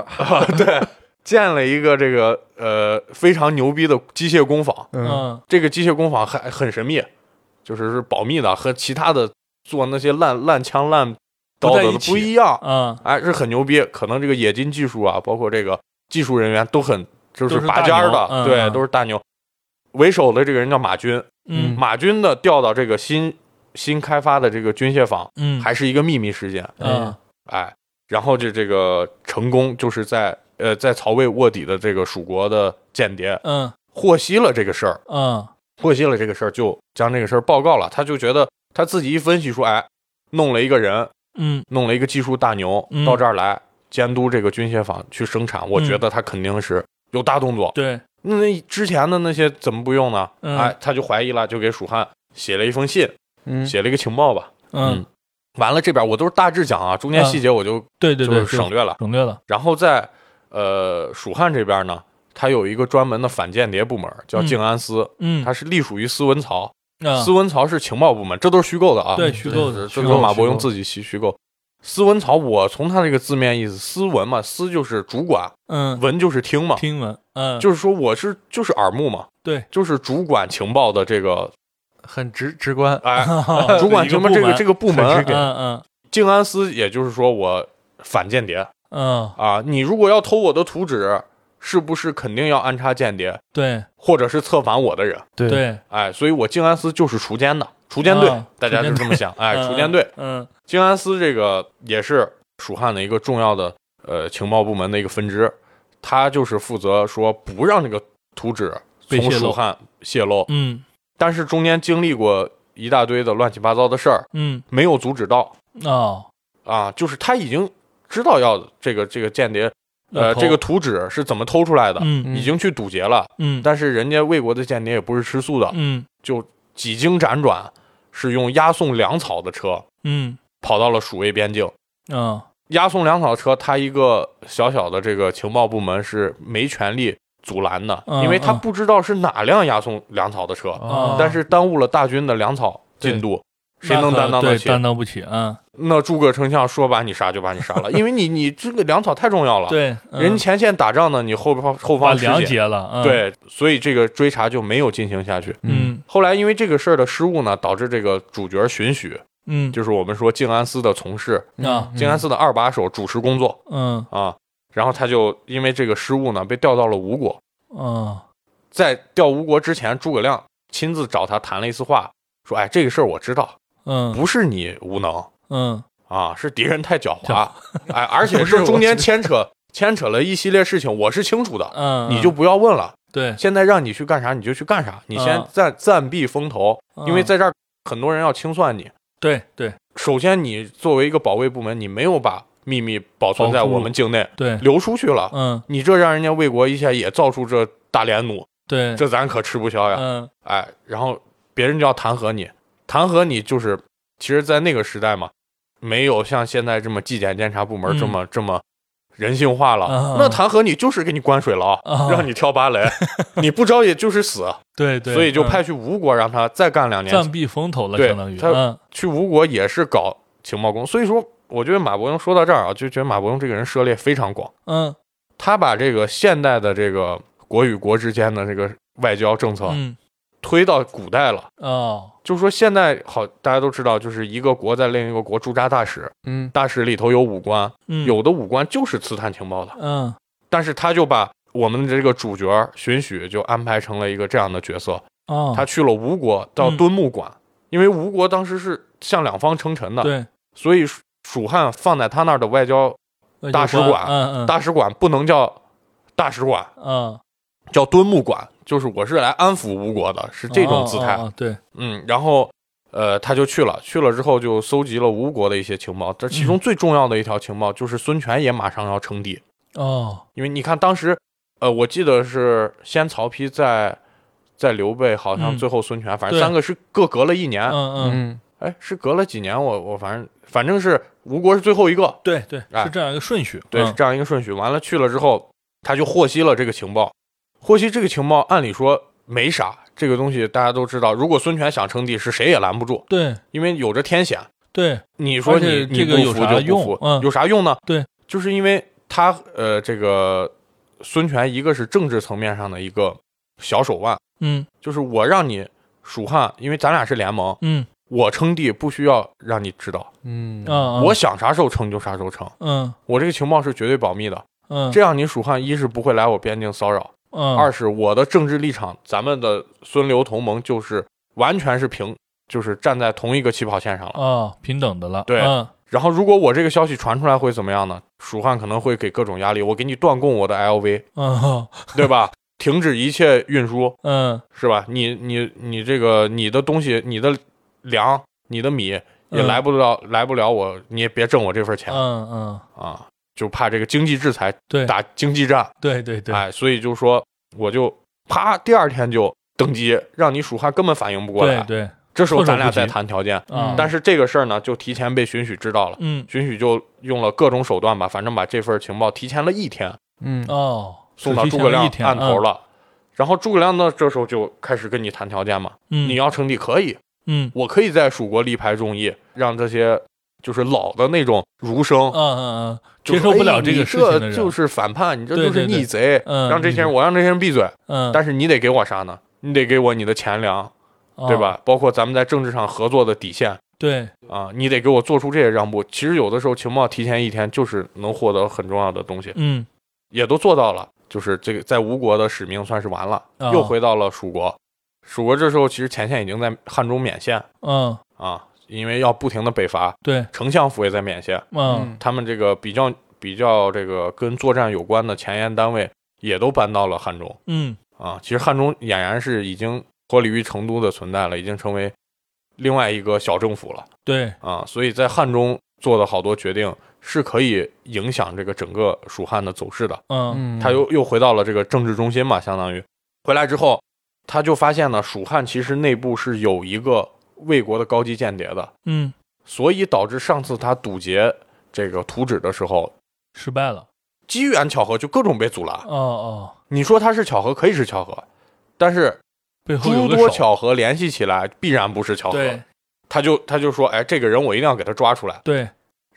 B: 建了一个这个呃非常牛逼的机械工坊。
C: 嗯
A: 嗯
B: 这个机械工坊还很神秘，就是是保密的，和其他的做那些烂烂枪烂刀
A: 不在
B: 的
A: 一
B: 都
A: 起
B: 不一样，
A: 啊，
B: 哎，是很牛逼。可能这个冶金技术啊，包括这个技术人员都很就是
A: 都是
B: 拔
A: 大
B: 尖儿
A: 牛
B: 的，
A: 嗯
B: 对，
A: 嗯
B: 都是大牛。为首的这个人叫马军，
A: 嗯
B: 马军呢调到这个新新开发的这个军械坊，
A: 嗯，
B: 还是一个秘密事件，
A: 嗯
B: 哎，然后就这个成功就是在呃在曹魏卧底的这个蜀国的间谍
A: 嗯
B: 获悉了这个事儿，
A: 嗯
B: 获悉了这个事儿就将这个事儿报告了，他就觉得他自己一分析说，哎，弄了一个人，
A: 嗯
B: 弄了一个技术大牛
A: 嗯
B: 到这儿来监督这个军械坊去生产，我
A: 嗯
B: 觉得他肯定是有大动作。
A: 对，
B: 那那之前的那些怎么不用呢？
A: 嗯
B: 哎，他就怀疑了，就给蜀汉写了一封信，
C: 嗯，
B: 写了一个情报吧。
A: 嗯
B: 完了这边我都是大致讲啊，中间
A: 嗯
B: 细节我就
A: 对对对，
B: 就是省略了。
A: 省略了，
B: 然后在呃蜀汉这边呢，它有一个专门的反间谍部门叫
A: 嗯
B: 静安司，
A: 嗯，
B: 它是隶属于司文曹，
A: 啊
B: 司文曹是情报部门，这都是虚构的啊。
A: 对虚构的，
B: 这
A: 虚
B: 都是
A: 构
B: 马
C: 虚
B: 伯庸
C: 构
B: 自己虚虚构。司文曹，我从他这个字面意思，司文嘛，司就是主管，
A: 嗯，
B: 文就是听嘛，
A: 听闻，嗯，
B: 就是说我是就是耳目嘛，
A: 对，
B: 就是主管情报的这 个
C: 很直直观，
B: 哎，
A: 是
B: 主管情报这个这
A: 个
B: 个部
C: 很
B: 门
C: 直，给
A: 嗯
B: 静安司，也就是说我反间谍
A: 嗯嗯，
B: 啊，你如果要偷我的图纸，是不是肯定要安插间谍，
A: 对
B: 或者是策反我的人？
C: 对
A: 对，
B: 哎，所以我静安司就是锄奸的锄奸队
A: 啊，
B: 大家就这么想， 哎，锄奸队，
A: 嗯
B: 静安司这个也是蜀汉的一个重要的呃情报部门的一个分支，他就是负责说不让这个图纸
A: 被
B: 从
A: 泄露
B: 蜀汉泄露，
A: 嗯
B: 但是中间经历过一大堆的乱七八糟的事儿，
A: 嗯
B: 没有阻止到
A: 哦，
B: 啊，就是他已经知道要这个这个间谍呃
A: 要偷
B: 这个图纸是怎么偷出来的，
A: 嗯
B: 已经去堵截了，
A: 嗯
B: 但是人家魏国的间谍也不是吃素的，
A: 嗯
B: 几经辗转是用押送粮草的车
A: 嗯
B: 跑到了蜀魏边境。
A: 嗯
B: 押送粮草车，它一个小小的这个情报部门是没权利阻拦的，
A: 嗯
B: 因为他不知道是哪辆押送粮草的车，
A: 哦
C: 啊
B: 嗯但是耽误了大军的粮草进度，谁能担当
A: 对
B: 得起？
A: 担当不起，嗯，
B: 那诸葛丞相说把你杀就把你杀 了，因为你你这个粮草太重要了，
A: 对，
B: 啊
A: 嗯
B: 人前线打仗呢，你后方后
A: 把
B: 方吃
A: 梁
B: 紧，
A: 结了，嗯，，
B: 对，所以这个追查就没有进行下去。
A: 嗯
B: 后来因为这个事儿的失误呢，导致这个主角荀许，
A: 嗯
B: 就是我们说静安司的从事，
A: 啊
B: 静安司的二把手主持工作，
A: 嗯
B: 啊，然后他就因为这个失误呢，被调到了吴国。
A: 嗯
B: 在调吴国之前，诸葛亮亲自找他谈了一次话，说：“哎，这个事儿我知道，
A: 嗯
B: 不是你无能
A: 嗯
B: 啊，是敌人太狡猾，哎，而且这中间牵扯牵扯了一系列事情，我是清楚的，
A: 嗯，
B: 你就不要问了。
A: 对，
B: 现在让你去干啥，你就去干啥，你先
A: 嗯
B: 暂暂避风头，因为在这儿很多人要清算你。
A: 对对
B: 首先，你作为一个保卫部门，你没有把秘密保存在
A: 保护
B: 我们境内，
A: 对，
B: 流出去了，
A: 嗯
B: 你这让人家魏国一下也造出这大连弩，
A: 对，
B: 这咱可吃不消呀！
A: 嗯
B: 哎，然后别人就要弹劾你，弹劾你就是，其实，在那个时代嘛，没有像现在这么纪检监察部门
A: 嗯
B: 这么、这么人性化了。
A: 啊
B: 那弹劾你就是给你关水牢，
A: 啊
B: 让你跳芭 蕾，你不招也就是死，
A: 对嗯对，
B: 所以就派去吴国让他再干两年
A: 暂，避风头了，
B: 对
A: 相当于，
B: 他
A: 嗯
B: 去吴国也是搞情报工。所以说，我觉得马伯庸说到这儿啊，就觉得马伯庸这个人涉猎非常广。
A: 嗯
B: 他把这个现代的这个国与国之间的这个外交政策
A: 嗯
B: 推到古代了。
A: 哦，
B: 就是说，现在好，大家都知道，就是一个国在另一个国驻扎大使，
C: 嗯
B: 大使里头有武官，
A: 嗯
B: 有的武官就是刺探情报的。
A: 嗯
B: 但是他就把我们的这个主角荀许就安排成了一个这样的角色，
A: 哦，
B: 他去了吴国，到
A: 嗯
B: 敦睦馆，因为吴国当时是向两方称臣的，
A: 对，
B: 所以蜀蜀汉放在他那儿的外交
A: 那就
B: 大使
A: 关
B: 馆
A: 嗯嗯，
B: 大使馆不能叫大使馆，
A: 嗯，
B: 叫敦睦馆，就是我是来安抚吴国的，是这种姿态。
A: 哦，哦哦对，
B: 嗯，然后呃，他就去了，去了之后就搜集了吴国的一些情报，这其
A: 嗯
B: 中最重要的一条情报就是孙权也马上要称帝，
A: 哦，
B: 因为你看当时，呃，我记得是先曹丕在。在刘备好像
A: 嗯
B: 最后孙权，反正
A: 对
B: 三个是各隔了一年，
A: 嗯嗯，
C: 嗯，
B: 哎，是隔了几年，我我反正反正是吴国是最后一个，
A: 对对，
B: 哎
A: 是这样一个顺序，
B: 对，是
A: 嗯
B: 这样一个顺序。完了去了之后，他就获悉了这个情报。获悉这个情报，按理说没啥，这个东西大家都知道。如果孙权想称帝，是谁也拦不住，
A: 对
B: 因为有着天险。
A: 对，
B: 你说你
A: 而且这个
B: 你不服
A: 有啥
B: 就不
A: 用
B: 服
A: 嗯
B: 有啥用呢？
A: 对，
B: 就是因为他呃，这个孙权一个是政治层面上的一个小手腕，
A: 嗯
B: 就是我让你蜀汉，因为咱俩是联盟，
A: 嗯
B: 我称帝不需要让你知道，
C: 嗯
A: 啊，啊，
B: 我想啥时候称就啥时候称，
A: 嗯
B: 我这个情报是绝对保密的。
A: 嗯，
B: 这样你蜀汉一是不会来我边境骚扰，
A: 嗯
B: 二是我的政治立场，咱们的孙刘同盟就是完全是平，就是站在同一个起跑线上了。
A: 啊平等的了，
B: 对
A: 嗯
B: 然后如果我这个消息传出来会怎么样呢？蜀汉可能会给各种压力，我给你断供我的 LV，
A: 嗯
B: 对吧？停止一切运输，
A: 嗯，
B: 是吧？你你你这个你的东西，你的粮，你的米也
A: 嗯
B: 来不了，来不了我，你也别挣我这份钱、
A: 嗯嗯，
B: 啊！就怕这个经济制裁
A: 对
B: 打经济战，
A: 对对对，
B: 哎，所以就说我就啪，第二天就登基，让你蜀汉根本反应不过
A: 对
B: 来。
A: 对
B: 这时候咱俩
A: 措手
B: 再
A: 不及
B: 谈条件，
A: 啊，
B: 但是这个事儿呢，就提前被荀许知道了。
A: 嗯
B: 荀许就用了各种手段吧，反正把这份情报提前了一天
C: 嗯
A: 哦，
B: 送到
A: 只提
B: 诸
A: 前
B: 葛
A: 了
B: 亮
A: 一天嗯
B: 案头，了。然后诸葛亮呢，这时候就开始跟你谈条件嘛，
A: 嗯，
B: 你要称帝可以，
A: 嗯
B: 我可以在蜀国力排众议，让这些就是老的那种儒生
A: 嗯嗯嗯，
B: 就
A: 接
B: 说
A: 受不
B: 哎
A: 了
B: 你
A: 这个事情的
B: 这
A: 人
B: 就是反叛，你这就
A: 对
B: 是
A: 对对
B: 逆贼，
A: 嗯
B: 让这些人我让这些人闭嘴，
A: 嗯，
B: 但是你得给我啥呢？你得给我你的钱粮，
A: 哦
B: 对？吧？包括咱们在政治上合作的底线
A: 对，
B: 啊，你得给我做出这些让步。其实有的时候情报提前一天就是能获得很重要的东西，
A: 嗯
B: 也都做到了。就是这个在吴国的使命算是完了，
A: 啊
B: 又回到了蜀国。蜀国这时候其实前线已经在汉中勉县
A: 嗯
B: 啊，因为要不停的北伐，
A: 对，
B: 丞相府也在勉县。
A: 嗯
B: 他们这个比较比较这个跟作战有关的前沿单位也都搬到了汉中。
A: 嗯
B: 啊，其实汉中俨然是已经脱离于成都的存在了，已经成为另外一个小政府了
A: 对，
B: 啊，所以在汉中做的好多决定是可以影响这个整个蜀汉的走势的。
A: 嗯
C: 嗯，
B: 他又又回到了这个政治中心嘛，相当于回来之后，他就发现呢，蜀汉其实内部是有一个魏国的高级间谍的，
A: 嗯
B: 所以导致上次他堵截这个图纸的时候。
A: 失败了，
B: 机缘巧合就各种被阻拦，
A: 哦哦，
B: 你说它是巧合可以是巧合，但是
A: 背后有
B: 诸
A: 个
B: 多
A: 手，
B: 巧合联系起来，必然不是巧合
A: 对。
B: 他就他就说，哎，这个人我一定要给他抓出来。
A: 对，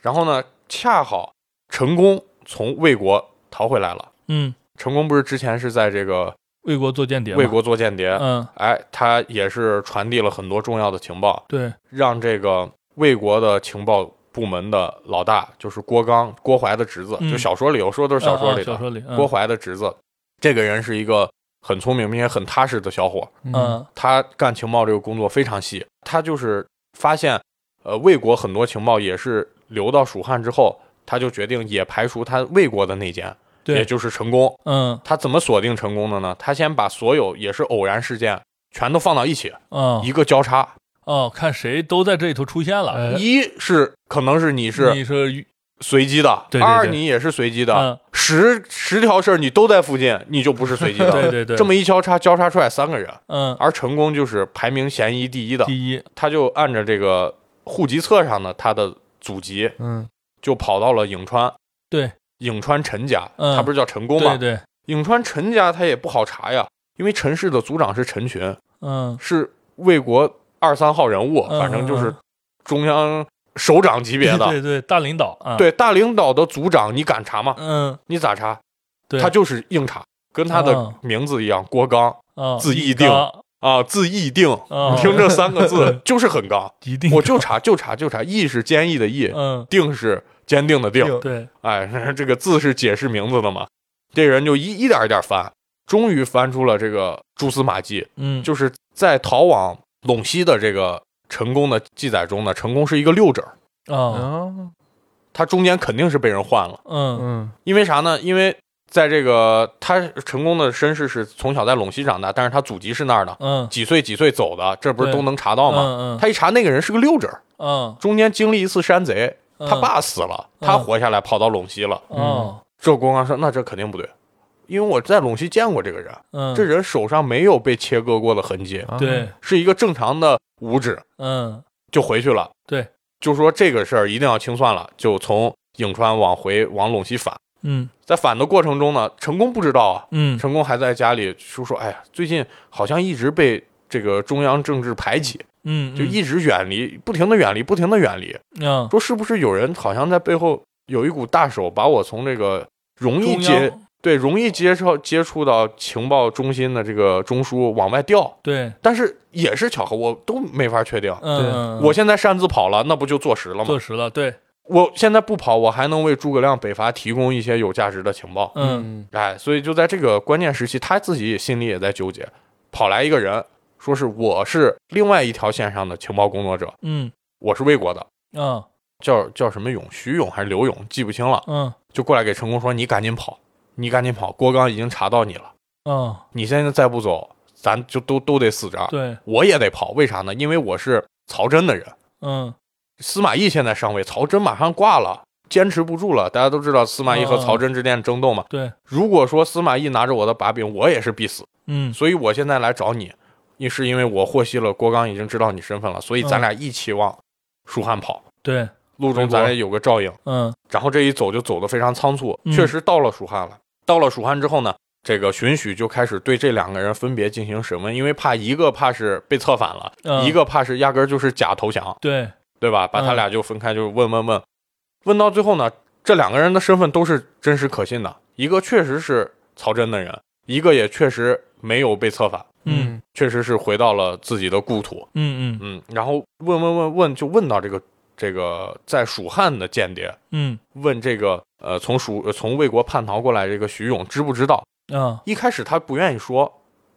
B: 然后呢，恰好陈宫从魏国逃回来了。
A: 嗯，
B: 陈宫不是之前是在这个
A: 为国做间谍嘛，
B: 魏国做间谍，
A: 嗯，
B: 哎，他也是传递了很多重要的情报，
A: 对，
B: 让这个魏国的情报部门的老大，就是郭刚郭槐的侄子，
A: 嗯
B: 就小说里我说的都是小
A: 嗯嗯
B: 说里的、
A: 小说里，嗯
B: 郭槐的侄子，这个人是一个很聪明并且很踏实的小伙儿，
A: 嗯
B: 他干情报这个工作非常细，他就是发现，呃，魏国很多情报也是流到蜀汉之后，他就决定也排除他魏国的内奸，也
A: 对，
B: 就是陈宫。
A: 嗯
B: 他怎么锁定陈宫的呢？他先把所有也是偶然事件全都放到一起，
A: 嗯
B: 一个交叉，
A: 哦，看谁都在这里头出现了，
C: 哎
B: 一是可能是你是
A: 你说
B: 随机的，
A: 对对对
B: 二你也是随机的，
A: 嗯
B: 十十条事儿你都在附近，你就不是随机 的。
A: 对对对，
B: 这么一交叉，交叉出来三个人，
A: 嗯，
B: 而陈宫就是排名嫌疑第一的，
A: 第一，
B: 他就按着这个户籍册上的他的祖籍，
C: 嗯
B: 就跑到了颍川。
A: 对，
B: 颍川陈家，
A: 嗯
B: 他不是叫陈宫
A: 对
B: 吗？
A: 对，
B: 颍川陈家他也不好查呀，因为陈氏的族长是陈群，
A: 嗯
B: 是魏国二三号人物，
A: 嗯
B: 反正就是
A: 嗯
B: 中央首长级别 的。
A: 对对，大领导啊，，
B: 对大领导的族长，你敢查吗？
A: 嗯，
B: 你咋查？
A: 对，
B: 他就是硬查，跟他的
A: 嗯
B: 名字一样，郭刚
A: 啊
B: 自
A: 一
B: 议定
A: 刚
B: 啊，字义定。
A: 啊，
B: 听这三个 字
A: 嗯
B: 就是很刚，
A: 一定，
B: 我就查就查就查，义是坚毅的义，
A: 嗯，
B: 定是坚定的定。
C: 定
A: 对，
B: 哎， 这个字是解释名字的嘛？这人就一一点一点翻，终于翻出了这个蛛丝马迹，
A: 嗯，
B: 就是在逃往陇西的这个陈宫的记载中呢，陈宫是一个六指儿，
A: 啊，
C: 啊，
B: 他中间肯定是被人换了，
A: 嗯
C: 嗯
B: 因为啥呢？因为在这个他陈宫的身世是从小在陇西长大，但是他祖籍是那儿的，
A: 嗯，
B: 几岁几岁走的，这不是
A: 对
B: 都能查到吗？
A: 嗯嗯
B: 他一查那个人是个六指儿，
A: 嗯，
B: 中间经历一次山贼，他爸死了，
A: 嗯
B: 他活下来跑到陇西了。
A: 哦，
B: 这国啊王说：“那这肯定不对，因为我在陇西见过这个人，
A: 嗯，
B: 这人手上没有被切割过的痕迹，
C: 啊
A: 对，
B: 是一个正常的五指。”
A: 嗯
B: 就回去了。
A: 对，
B: 就说这个事儿一定要清算了，就从颍川往回往陇西返。
A: 嗯
B: 在返的过程中呢，陈宫不知道啊，
A: 嗯，
B: 陈宫还在家里说说，哎呀，最近好像一直被这个中央政治排挤，
A: 嗯
B: 就一直远离，不停的远离，不停的远离。
A: 嗯，
B: 说是不是有人好像在背后有一股大手把我从这个容易
A: 中
B: 接
A: 央
B: 对容易接触接触到情报中心的这个中枢往外调？
A: 对，
B: 但是也是巧合，我都没法确定。
A: 嗯，
B: 我现在擅自跑了，那不就坐实了吗
A: 坐？实了，对，
B: 我现在不跑，我还能为诸葛亮北伐提供一些有价值的情报。
A: 嗯
B: 哎，所以就在这个关键时期，他自己也心里也在纠结。跑来一个人，说是我是另外一条线上的情报工作者，
A: 嗯
B: 我是魏国的，
A: 啊
B: 叫叫什么勇，徐勇还是刘勇，记不清了，
A: 嗯
B: 就过来给陈宫说：“你赶紧跑，你赶紧跑，郭刚已经查到你了，
A: 啊，
B: 你现在再不走，咱就都都得死这儿。
A: 嗯对，
B: 我也得跑，为啥呢？因为我是曹真的人。”
A: 嗯
B: 司马懿现在上位，曹真马上挂了，坚持不住了。大家都知道司马懿和
A: 嗯
B: 曹真之间的争斗嘛。
A: 对，
B: 如果说司马懿拿着我的把柄，我也是必死。
A: 嗯
B: 所以我现在来找你，你是因为我获悉了郭刚已经知道你身份了，所以咱
A: 嗯
B: 俩一起往蜀汉跑，
A: 对，
B: 路中
A: 回国
B: 咱俩有个照应。
A: 嗯
B: 然后这一走就走得非常仓促，
A: 嗯
B: 确实到了蜀汉了。到了蜀汉之后呢，这个荀许就开始对这两个人分别进行审问，因为怕一个怕是被策反了，
A: 嗯
B: 一个怕是压根儿就是假投降。
A: 对，
B: 对吧？把他俩就分开，就问问问，问到最后呢，这两个人的身份都是真实可信的，一个确实是曹真的人，一个也确实没有被策反，
A: 嗯
B: 确实是回到了自己的故土。
A: 嗯嗯
B: 嗯，然后问问问问，就问到这个这个在蜀汉的间谍，
A: 嗯
B: 问这个呃从蜀呃从魏国叛逃过来这个徐勇知不知道？
A: 啊
B: 一开始他不愿意说，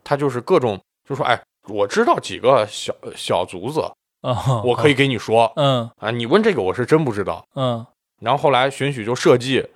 B: 他就是各种就说哎。我知道几个小小卒子，
A: 啊，
B: 我可以，给你说
A: 嗯
B: 啊。你问这个，我是真不知道。
A: 嗯
B: 然后后来荀许就设计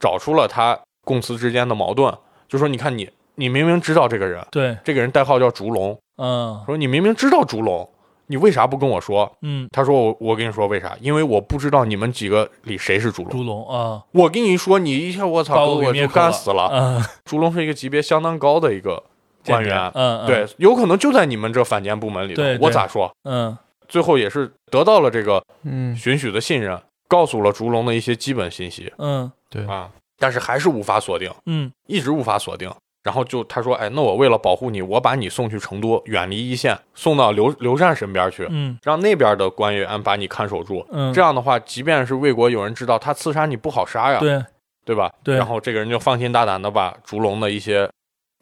B: 找出了他供词之间的矛盾，就说你看你你明明知道这个人，
A: 对，
B: 这个人代号叫烛龙，
A: 嗯
B: 说你明明知道烛龙，你为啥不跟我说？
A: 嗯，
B: 他说我我跟你说为啥？因为我不知道你们几个里谁是烛龙。
A: 猪龙啊，
B: 我跟你说，你一下我
A: 把
B: 操，
A: 我给
B: 我
A: 灭
B: 就
A: 口
B: 干
A: 了
B: 死了。
A: 嗯
B: 烛龙是一个级别相当高的一个官员，
A: 嗯
B: 对，有可能就在你们这反间部门里头
A: 对。
B: 我
A: 对
B: 咋说？
A: 嗯
B: 最后也是得到了这个
C: 嗯
B: 荀许的信任，告诉了烛龙的一些基本信息。
A: 嗯
B: 啊，但是还是无法锁定，
A: 嗯
B: 一直无法锁定。然后就他说，哎，那我为了保护你，我把你送去成都，远离一线，送到刘刘禅身边去，
A: 嗯
B: 让那边的官员把你看守住。
A: 嗯，
B: 这样的话，即便是魏国有人知道他刺杀你不好杀呀，
A: 对，
B: 对吧？
A: 对
B: 然后这个人就放心大胆的把烛龙的一些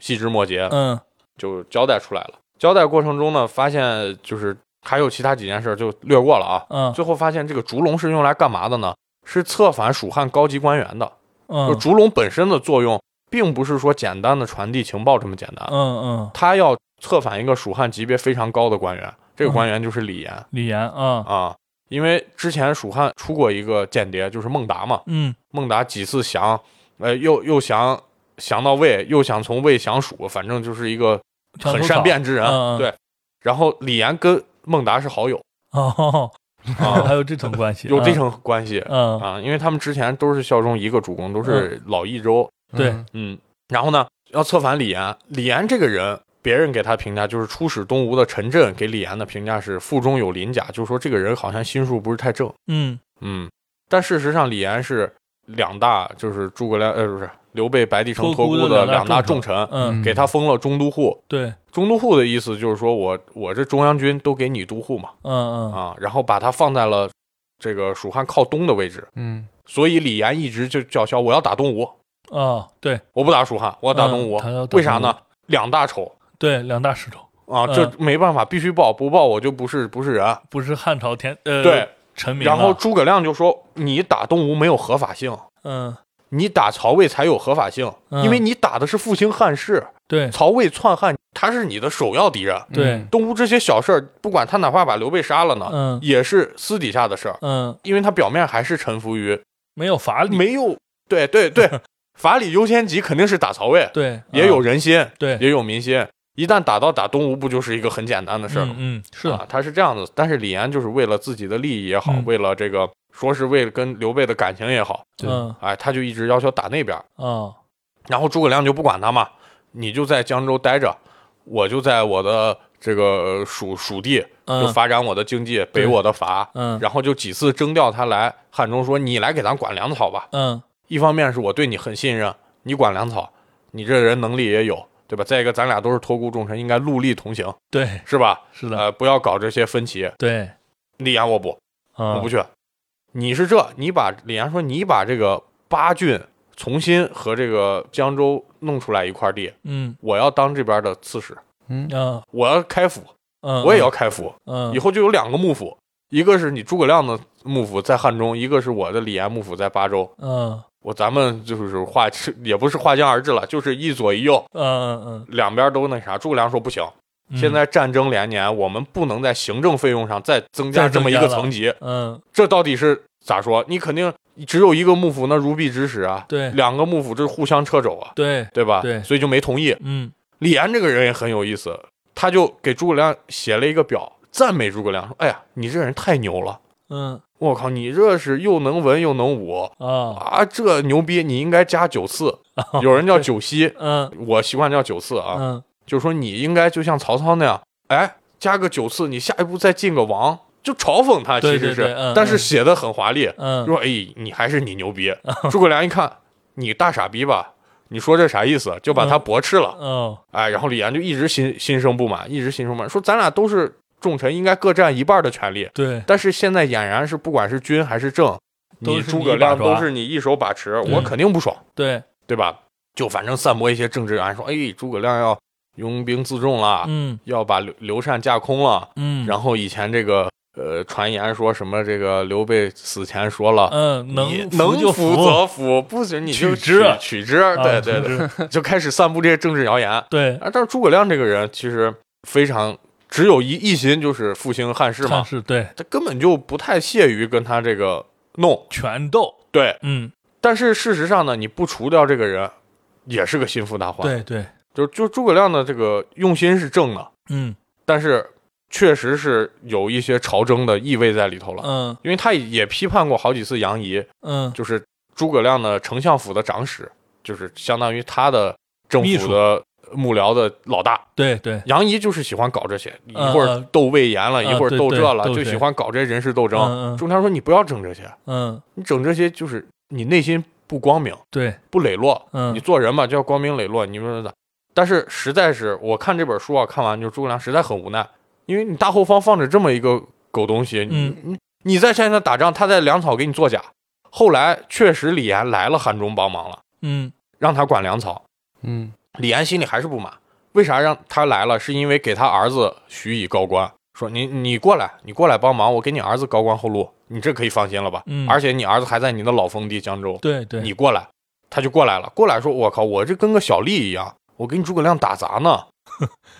B: 细枝末节
A: 嗯
B: 就交代出来了。交代过程中呢，发现就是还有其他几件事就略过了啊。
A: 嗯
B: 最后发现这个烛龙是用来干嘛的呢？是策反蜀汉高级官员的。就
A: 嗯
B: 烛龙本身的作用，并不是说简单的传递情报这么简单，
A: 嗯嗯，
B: 他要策反一个蜀汉级别非常高的官员，这
A: 嗯
B: 个官员就是李岩
A: 李岩啊，
B: 啊。因为之前蜀汉出过一个间谍，就是孟达嘛，
A: 嗯
B: 孟达几次降，呃，又又降降到魏，又想从魏降蜀，反正就是一个很善变之人。
A: 嗯嗯
B: 对，然后李岩跟孟达是 好友
A: 哦，
B: 啊，
A: 还有这层关系，
B: 有这层关系
A: 嗯
B: 啊，因为他们之前都是效忠一个主公，都是老益州，
A: 对
B: 嗯，然后呢，要策反李岩。李岩这个人，别人给他评价就是出使东吴的陈震给李岩的评价是腹中有鳞甲，就是说这个人好像心术不是太正。
A: 嗯
B: 嗯，但事实上李岩是两大就是诸葛亮呃不是刘备白帝城
A: 托
B: 托
A: 孤
B: 孤
A: 的两
B: 的两
A: 大
B: 大
A: 重
B: 重臣，
A: 嗯
B: 给他封了中都护。
A: 对，
B: 中都护的意思就是说我我这中央军都给你都护嘛
A: 嗯嗯
B: 啊，然后把他放在了这个蜀汉靠东的位置，
C: 嗯
B: 所以李岩一直就叫嚣我要打东吴，
A: 啊，对
B: 我不打蜀汉，我要打东吴。
A: 嗯他要打
B: 为啥呢？两大仇
A: 对，两大石头
B: 啊，
A: 嗯
B: 这没办法，必须报，不报我就不是不是人。
A: 不是汉朝天呃
B: 对，
A: 臣民了，
B: 然后诸葛亮就说：“你打东吴没有合法性，
A: 嗯
B: 你打曹魏才有合法性，
A: 嗯
B: 因为你打的是复兴汉室，
A: 对
B: 曹魏篡汉，他是你的首要敌人。
A: 对，
B: 东吴这些小事儿，不管他哪怕把刘备杀了呢，
A: 嗯
B: 也是私底下的事儿，
A: 嗯，
B: 因为他表面还是臣服于
A: 没有法理，
B: 没有对对对， 法理优先级肯定是打曹魏，
A: 对，
B: 也有
A: 啊
B: 人心，
A: 对
B: 也有民心。一旦打到打东吴，不就是一个很简单的事儿吗？
A: 嗯嗯，是的，
B: 啊，他是这样子。但是李岩就是为了自己的利益也好，
A: 嗯
B: 为了这个说是为了跟刘备的感情也好，
C: 对
A: 嗯
B: 哎，他就一直要求打那边儿。
A: 啊
B: 然后诸葛亮就不管他嘛，你就在江州待着，我就在我的这个呃蜀蜀地就
A: 嗯
B: 发展我的经济，
A: 对
B: 北我的伐。
A: 嗯
B: 然后就几次征调他来汉中说，你来给咱管粮草吧。
A: 嗯
B: 一方面是我对你很信任，你管粮草，你这人能力也有，对吧？再一个，咱俩都是托孤重臣，应该戮力同行，
A: 对，
B: 是吧？
A: 是的，
B: 呃，不要搞这些分歧。
A: 对，
B: 李岩我不，
A: 啊
B: 我不去。你是这，你把李岩说，你把这个八郡重新和这个江州弄出来一块地，
A: 嗯
B: 我要当这边的刺史，
C: 嗯，
A: 啊
B: 我要开府，
A: 嗯，
B: 我也要开府，
A: 嗯
B: 以后就有两个幕府，一个是你诸葛亮的幕府在汉中，一个是我的李岩幕府在巴州。
A: 嗯
B: 我咱们就是画，也不是画江而治了，就是一左一右，
A: 嗯嗯
B: 两边都那啥。诸葛亮说不行，
A: 嗯，
B: 现在战争连年，我们不能在行政费用上再增加
A: 再增
B: 这么一
A: 加
B: 个
A: 了
B: 层级。
A: 嗯
B: 这到底是咋说？你肯定只有一个幕府，那如臂指使啊。
A: 对
B: 两个幕府这互相掣肘啊，
A: 对，
B: 对吧？
A: 对
B: 所以就没同意。
A: 嗯
B: 李岩这个人也很有意思，他就给诸葛亮写了一个表，赞美诸葛亮说：“哎呀，你这人太牛了！
A: 嗯
B: 我靠，你这是又能文又能武
A: 啊
B: 啊，这牛逼！你应该加九次，啊有人叫九锡，
A: 嗯
B: 我习惯叫九次啊。
A: 哦嗯
B: 就说你应该就像曹操那样，哎，加个九次，你下一步再进个王，就嘲讽他，其
A: 对
B: 实是，
A: 对对嗯
B: 但是写的很华丽，
A: 嗯
B: 说哎，你还是你牛逼。诸葛亮一看，你大傻逼吧，你说这啥意思？
A: 嗯
B: 就把他驳斥了，
A: 哦
B: 哎，然后李岩就一直心心生不满，一直心生不满，说咱俩都是重臣，应该各占一半的权利，
A: 对
B: 但是现在俨然是不管是军还是政，
A: 都
B: 你
A: 是
B: 诸
A: 你
B: 葛
A: 把
B: 亮都
A: 抓
B: 是你一手把持，
A: 对
B: 我肯定不爽。
A: 对
B: 对吧？就反正散播一些政治案，说哎，诸葛亮要拥兵自重了，
A: 嗯
B: 要把刘刘禅架空了。
A: 嗯，
B: 啊然后以前这个呃传言说什么这个刘备死前说了，
A: 嗯
B: 你
A: 能
B: 能
A: 就
B: 服
A: 服，
B: 则服，不行你就
A: 取之啊
B: 取之，啊对对对，
A: 对
B: 就开始散布这些政治谣言。啊，
A: 对，
B: 但是诸葛亮这个人其实非常只有一一心就是复兴汉室嘛，
A: 是对
B: 他根本就不太屑于跟他这个弄。
A: 权斗，
B: 对，
A: 嗯
B: 但是事实上呢，你不除掉这个人，也是个心腹大患。
A: 对对
B: 就就诸葛亮的这个用心是正的，
A: 嗯
B: 但是确实是有一些朝政的意味在里头了，
A: 嗯
B: 因为他也批判过好几次杨仪，
A: 嗯
B: 就是诸葛亮的丞相府的长史，就是相当于他的政
A: 秘
B: 府
A: 书
B: 的幕僚的老大。
A: 对对
B: 杨仪就是喜欢搞这些，一
A: 呃
B: 会儿斗魏延了，
A: 呃
B: 一会儿
A: 对
B: 斗这了，
A: 对
B: 就
A: 斗
B: 喜
A: 这
B: 欢搞这些人事斗争。
A: 嗯嗯
B: 中堂说你不要整这些，
A: 嗯
B: 你整这些就是你内心不光明。
A: 对
B: 不磊落，
A: 嗯
B: 你做人嘛就要光明磊落，你说咋？但是实在是我看这本书啊，看完就诸葛亮实在很无奈，因为你大后方放着这么一个狗东西，
A: 嗯
B: 你你你在山上打仗，他在粮草给你作假。后来确实李岩来了汉中帮忙了，
A: 嗯
B: 让他管粮草，
C: 嗯，
B: 李岩心里还是不满，为啥让他来了？是因为给他儿子许以高官，说你你过来，你过来帮忙，我给你儿子高官厚禄，你这可以放心了吧？
A: 嗯
B: 而且你儿子还在你的老封地江州，
A: 对对
B: 你过来，他就过来了，过来说，我靠，我这跟个小吏一样，我跟诸葛亮打杂 呢，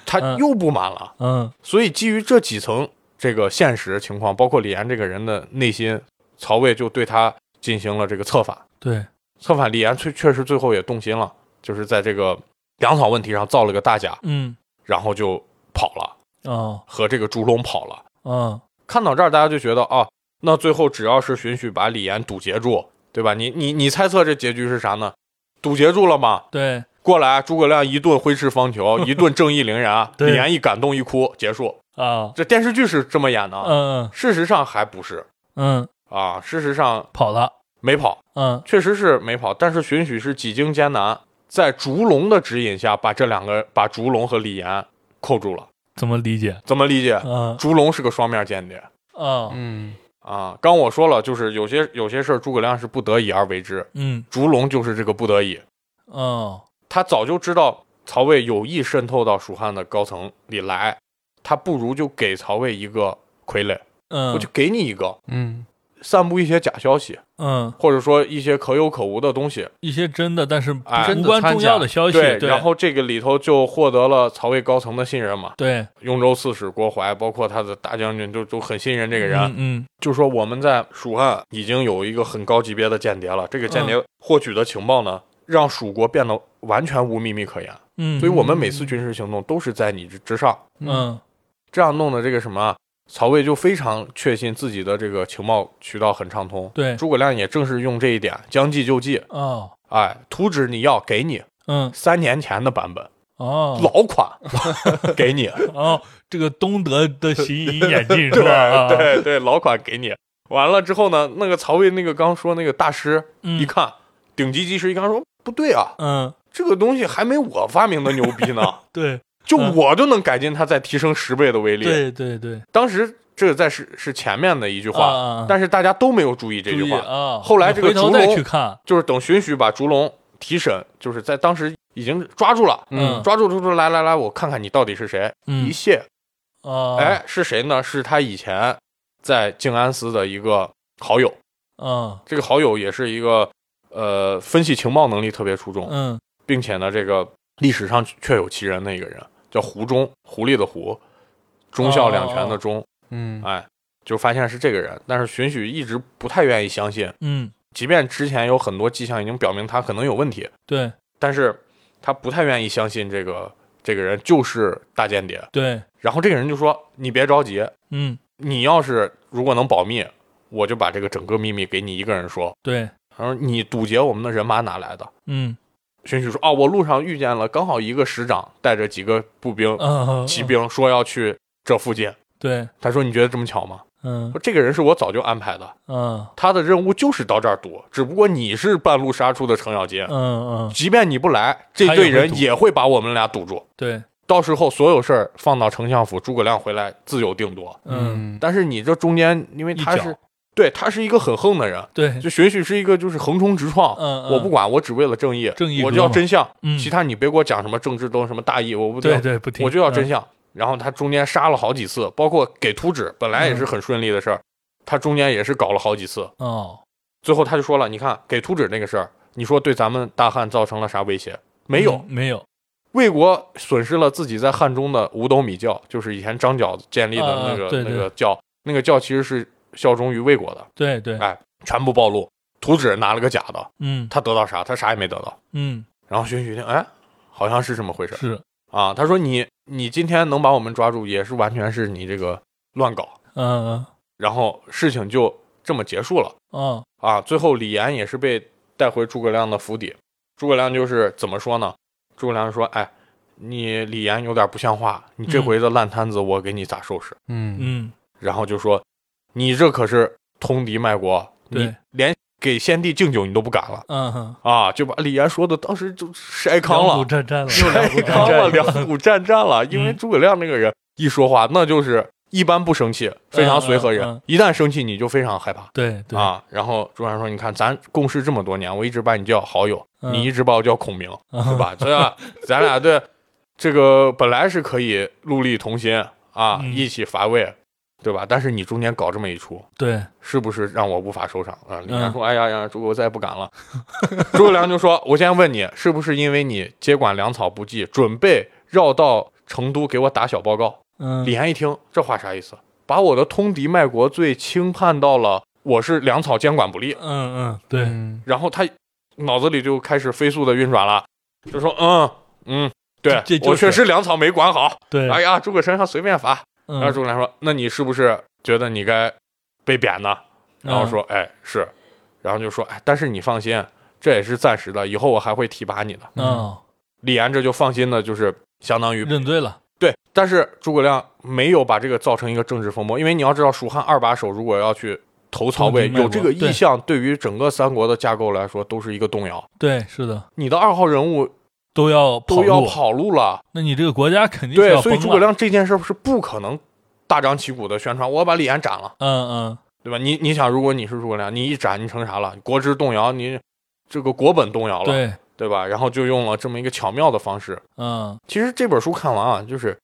B: 他
A: 嗯
B: 又不满了。
A: 嗯
B: 所以基于这几层这个现实情况，包括李岩这个人的内心，曹魏就对他进行了这个策反。
A: 对
B: 策反李岩确确实最后也动心了，就是在这个粮草问题上造了个大假，
A: 嗯
B: 然后就跑了，
A: 哦
B: 和这个朱龙跑了。
A: 哦
B: 看到这儿，大家就觉得啊，那最后只要是荀彧把李岩堵截住，对吧？你你你猜测这结局是啥呢？堵截住了吗？
A: 对
B: 过来，诸葛亮一顿挥斥方遒， 一顿正义凛然，
A: 对
B: 李岩一感动一哭，结束。
A: 啊
B: 这电视剧是这么演的，
A: 嗯
B: 事实上还不是
A: 嗯
B: 啊，事实上
A: 跑了
B: 没跑，
A: 嗯
B: 确实是没跑，但是荀彧是几经艰难，在烛龙的指引下，把这两个把烛龙和李岩扣住了。
A: 怎么理解
B: 怎么理解？
A: 嗯
B: 烛龙是个双面间谍，
A: 啊
C: 嗯，
B: 啊，刚我说了，就是有些有些事儿，诸葛亮是不得已而为之，
A: 嗯
B: 烛龙就是这个不得已。
A: 哦
B: 他早就知道曹魏有意渗透到蜀汉的高层里来，他不如就给曹魏一个傀儡，
A: 嗯
B: 我就给你一个。
C: 嗯，
B: 散布一些假消息，
A: 嗯，
B: 或者说一些可有可无的东西。
A: 一些真的但是不
B: 哎
A: 无关重要的消息，
B: 对，
A: 对，
B: 然后这个里头就获得了曹魏高层的信任嘛。
A: 对
B: 雍州刺史郭淮，包括他的大将军，就都很信任这个人。
A: 嗯嗯
B: 就说我们在蜀汉已经有一个很高级别的间谍了，这个间
A: 嗯
B: 谍获取的情报呢，让蜀国变得完全无秘密可言。
A: 嗯，
B: 所以我们每次军事行动都是在你之之上，
A: 嗯
B: 这样弄的这个什么啊，曹魏就非常确信自己的这个情报渠道很畅通。
A: 对
B: 诸葛亮也正是用这一点，将计就计，
A: 哦
B: 哎，图纸你要给你
A: 嗯
B: 三年前的版本，
A: 哦
B: 老款给你，
A: 哦，这个东德的形影演 进是吧？啊，
B: 对对，老款给你。完了之后呢，那个曹魏那个刚说那个大师一
A: 嗯
B: 看，顶级技师一看说不对啊，
A: 嗯
B: 这个东西还没我发明的牛逼 呢，
A: 对
B: 就
A: 嗯
B: 我就能改进它，再提升十倍的威力。
A: 对对对，
B: 当时这个在是是前面的一句话，
A: 啊啊
B: 但是大家都没有注意这句
A: 注意
B: 话。
A: 啊，
B: 后来这个
A: 你回头
B: 烛
A: 再
B: 龙
A: 去看，
B: 就是等荀彧把烛龙提审，就是在当时已经抓住了，
A: 嗯
B: 抓住抓住，来来来，我看看你到底是谁。
A: 嗯
B: 一卸，
A: 啊，
B: 哎，是谁呢？是他以前在静安寺的一个好友，
A: 啊
B: 这个好友也是一个呃分析情报能力特别出众，
A: 嗯
B: 并且呢，这个历史上确有其人的一个人，叫胡忠，狐狸的狐，忠孝两全
A: 哦
B: 的忠，
C: 嗯
B: 哎，就发现是这个人。但是荀彧一直不太愿意相信，
A: 嗯
B: 即便之前有很多迹象已经表明他可能有问题，
A: 对
B: 但是他不太愿意相信这个这个人就是大间谍。
A: 对
B: 然后这个人就说：“你别着急，
A: 嗯
B: 你要是如果能保密，我就把这个整个秘密给你一个人说。
A: 对
B: 然后你堵截我们的人马哪来的？”
A: 嗯
B: 荀彧说：“哦，我路上遇见了，刚好一个师长带着几个步兵、
A: 啊
B: 骑兵，说要去这附近。
A: 对
B: 他说：‘你觉得这么巧吗？’
A: 嗯
B: 说这个人是我早就安排的，
A: 嗯
B: 他的任务就是到这儿堵，只不过你是半路杀出的程咬金
A: 嗯，嗯
B: 即便你不来，这队人也会把我们俩堵住。
A: 对
B: 到时候所有事儿放到丞相府，诸葛亮回来自有定夺。
A: 嗯
B: 但是你这中间，因为他
A: 一
B: 是
A: 脚
B: 对他是一个很横的人，
A: 对
B: 就荀彧是一个就是横冲直撞，
A: 嗯嗯
B: 我不管，我只为了正义，
A: 正义
B: 我就
A: 哥
B: 要
A: 嘛
B: 真相，
A: 嗯
B: 其他你别给我讲什么政治斗什么大义，我不
A: 对
B: 听，
A: 对不听，
B: 我就要真
A: 嗯
B: 相。然后他中间杀了好几次，包括给图纸，本
A: 嗯
B: 来也是很顺利的事儿，他中间也是搞了好几次，
A: 哦
B: 最后他就说了，你看给图纸那个事儿，你说对咱们大汉造成了啥威胁？没有，
A: 嗯没有
B: 魏国损失了自己在汉中的五斗米教，就是以前张角建立的那个、
A: 啊对
B: 那个教，那个教其实是效忠于魏国的，
A: 对对
B: 哎，全部暴露。图纸拿了个假的，
A: 嗯
B: 他得到啥？他啥也没得到。
A: 嗯
B: 然后荀彧一听，哎，好像是这么回事
A: 是
B: 啊。他说你你今天能把我们抓住，也是完全是你这个乱搞。
A: 嗯
B: 然后事情就这么结束了。
A: 哦
B: 啊，最后李岩也是被带回诸葛亮的府邸。诸葛亮就是怎么说呢？诸葛亮说：“哎，你李岩有点不像话，你这
A: 嗯
B: 回的烂摊子我给你咋收拾？”
C: 嗯
A: 嗯
B: 然后就说：“你这可是通敌卖国，你
A: 对
B: 连给先帝敬酒你都不敢了
A: 嗯
B: 啊！”就把李岩说的当时就筛糠
A: 两股
B: 了，
A: 战战了
B: 筛糠了， 两股战战了。因为
A: 嗯
B: 诸葛亮那个人一说话，那就是一般不生气，非常随和人；
A: 嗯嗯嗯
B: 一旦生气，你就非常害怕。
A: 对对
B: 啊，然后朱元璋说：“你看，咱共事这么多年，我一直把你叫好友，
A: 嗯
B: 你一直把我叫 孔明，对
A: 嗯
B: 吧？这样咱俩对这个本来是可以戮力同心啊，
A: 嗯
B: 一起伐魏，对吧？但是你中间搞这么一出，
A: 对
B: 是不是让我无法收场啊？”李
A: 嗯
B: 渊说：“哎呀呀，诸葛我再也不敢了。” 诸葛亮就说：“我先问你，是不是因为你接管粮草不济，准备绕道成都给我打小报告？”
A: 嗯
B: 李岩一听这话啥意思？把我的通敌卖国罪轻判到了我是粮草监管不力，
A: 嗯嗯对
C: 嗯
B: 然后他脑子里就开始飞速的运转了，就说嗯嗯，对
A: 这这就是
B: 我确实粮草没管好，
A: 对
B: 哎呀，诸葛丞相随便罚。
A: 嗯
B: 然后诸葛亮说，那你是不是觉得你该被贬呢？
A: 嗯
B: 然后说，哎是，然后就说，哎，但是你放心，这也是暂时的，以后我还会提拔你的。
A: 嗯
B: 李岩这就放心的，就是相当于
A: 认罪了
B: 对，但是诸葛亮没有把这个造成一个政治风波，因为你要知道，蜀汉二把手如果要去投曹
A: 投
B: 魏，
A: 敌卖
B: 有
A: 国
B: 这个
A: 对
B: 意向，对于整个三国的架构来说，都是一个动摇。
A: 对是的
B: 你的二号人物
A: 都要跑
B: 都要
A: 路，
B: 跑路了，
A: 那你这个国家肯定是
B: 对
A: 要，
B: 所以
A: 崩
B: 诸葛
A: 了
B: 亮这件事是不可能大张旗鼓的宣传，我要把李岩斩了，
A: 嗯
B: 对吧？你你想，如果你是诸葛亮，你一斩，你成啥了？国之动摇，你这个国本动摇
A: 嗯
B: 了，
A: 对
B: 对吧？然后就用了这么一个巧妙的方式，
A: 嗯
B: 其实这本书看完啊，就是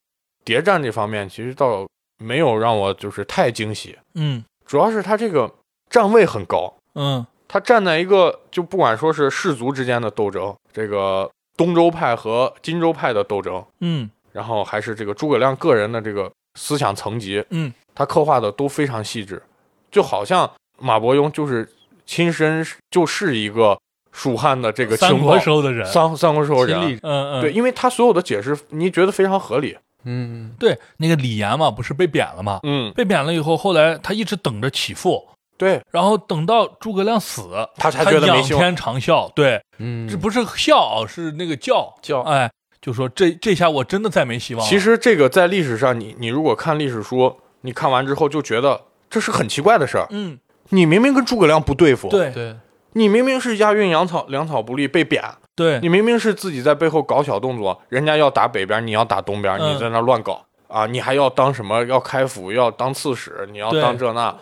B: 谍战这方面，其实倒没有让我就是太惊喜，
A: 嗯
B: 主要是它这个站位很高，
A: 嗯
B: 他站在一个就不管说是氏族之间的斗争，这个东周派和荆州派的斗争，
A: 嗯
B: 然后还是这个诸葛亮个人的这个思想层级，
A: 嗯，
B: 他刻画的都非常细致，就好像马伯庸就是亲身就是一个蜀汉的这个
A: 三
B: 情报
A: 国时候的人，
B: 三三国时候
A: 亲
B: 人啊
A: 历，嗯嗯，
B: 对，因为他所有的解释你觉得非常合理，
C: 嗯，
A: 对，那个李岩嘛，不是被贬了嘛？
B: 嗯，
A: 被贬了以后，后来他一直等着起复，
B: 对，
A: 然后等到诸葛亮死，
B: 他才
A: 他
B: 觉得没
A: 仰
B: 希望，
A: 天长啸，对，
C: 嗯，
A: 这不是笑啊，是那个叫
B: 叫
A: 哎，就说这这下我真的再没希望了。
B: 其实这个在历史上，你你如果看历史书，你看完之后就觉得这是很奇怪的事儿。
A: 嗯，
B: 你明明跟诸葛亮不对付，
A: 对
C: 对，
B: 你明明是押运粮草，粮草不利被贬，
A: 对
B: 你明明是自己在背后搞小动作，人家要打北边，你要打东边，
A: 嗯
B: 你在那乱搞啊，你还要当什么？要开府，要当刺史，你要
A: 对
B: 当这那。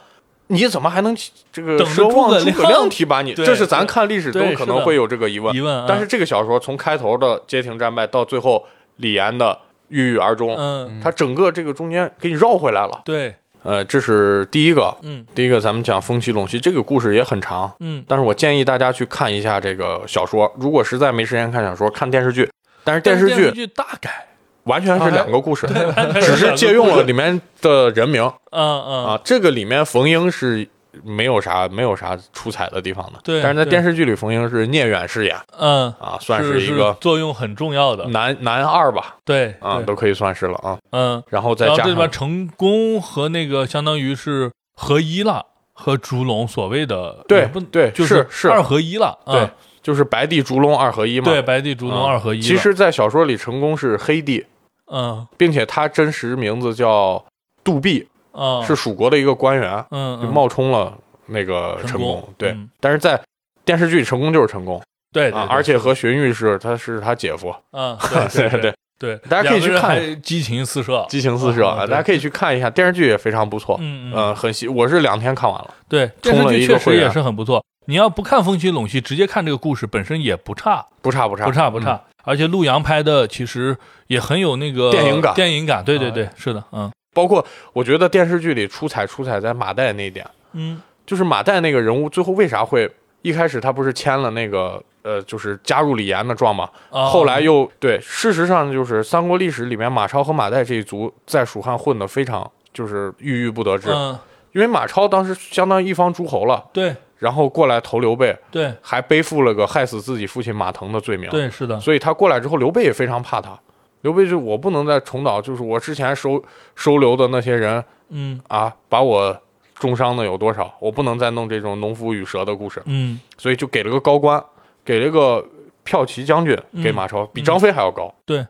B: 你怎么还能这个
A: 等着
B: 奢望
A: 诸葛
B: 诸
A: 亮
B: 葛亮提拔你？
A: 对
B: 这是咱看历史
A: 对
B: 中可
A: 是
B: 能
A: 的
B: 会有这个疑问
A: 疑。问，嗯
B: 但是这个小说从开头的街亭战败到最后李岩的郁郁而终，
A: 嗯，嗯
B: 它整个这个中间给你绕回来了。
A: 对，
B: 呃，这是第一个，
A: 嗯
B: 第一个咱们讲风起陇西这个故事也很长，
A: 嗯
B: 但是我建议大家去看一下这个小说。如果实在没时间看小说，看电视剧。但是电视
A: 电视
B: 剧
A: 剧啊大改，
B: 完全是两个故事，
A: 只
B: 只是借用了里面的人名
A: 嗯嗯
B: 啊。这个里面冯英是没有啥没有啥出彩的地方的，
A: 对
B: 但是在
A: 对
B: 电视剧里，冯英是聂远饰演
A: 嗯，
B: 啊，算
A: 是
B: 一个
A: 作用很重要的，
B: 男男二吧，
A: 对
B: 啊，
A: 对
B: 都可以算是了啊。
A: 嗯，
B: 然后再
A: 然后
B: 加
A: 这里边
B: 上
A: 成功和那个相当于是合一了，和烛龙所谓的
B: 对
A: 也不
B: 对
A: 就是
B: 是
A: 二合一了，
B: 对
A: 嗯
B: 就是白帝烛龙二合一嘛，
A: 对，白帝烛龙
B: 嗯
A: 二合一了，
B: 其实，在小说里，成功是黑帝，
A: 嗯
B: 并且他真实名字叫杜弼，
A: 啊
B: 是蜀国的一个官员，
A: 嗯
B: 就
A: 嗯
B: 冒充了那个
A: 成
B: 成
A: 功
B: 功。对
A: 嗯，
B: 但是在电视剧，成功就是成功
A: 对
B: 啊，而且和荀彧是他是他姐夫，
A: 嗯 对对
B: 对，
A: 对，
B: 大家可以去
A: 两个人
B: 看
A: 还激情四射，
B: 激情四射
A: 啊
B: 啊，
A: 对
B: 大家可以去看一下，电视剧也非常不错，
A: 嗯嗯
B: 呃，很细，我是两天看完了。
A: 对，电视
B: 充了
A: 剧
B: 一个
A: 确实
B: 会啊
A: 也
B: 员
A: 是很不错。你要不看《风起陇西》，直接看这个故事本身也不差，
B: 不差不差
A: 不差不
B: 嗯
A: 差。而且陆阳拍的其实也很有那个
B: 电影感啊
A: 电影感，对对对，是的，嗯
B: 包括我觉得电视剧里出彩出彩在马岱那一点，
A: 嗯
B: 就是马岱那个人物最后为啥会一开始他不是签了那个呃就是加入李岩的状吗？
A: 啊
B: 后来又对，事实上就是三国历史里面马超和马岱这一族在蜀汉混得非常就是郁郁不得志，
A: 嗯，
B: 因为马超当时相当于一方诸侯了，
A: 对
B: 然后过来投刘备，
A: 对
B: 还背负了个害死自己父亲马腾的罪名，
A: 对，是的，
B: 所以他过来之后，刘备也非常怕他。刘备就我不能再重蹈，就是我之前收收留的那些人
A: 嗯
B: 啊，把我重伤的有多少，我不能再弄这种农夫与蛇的故事，
A: 嗯，
B: 所以就给了个高官，给了个骠骑将军给马超，比张飞还要高。
A: 嗯对，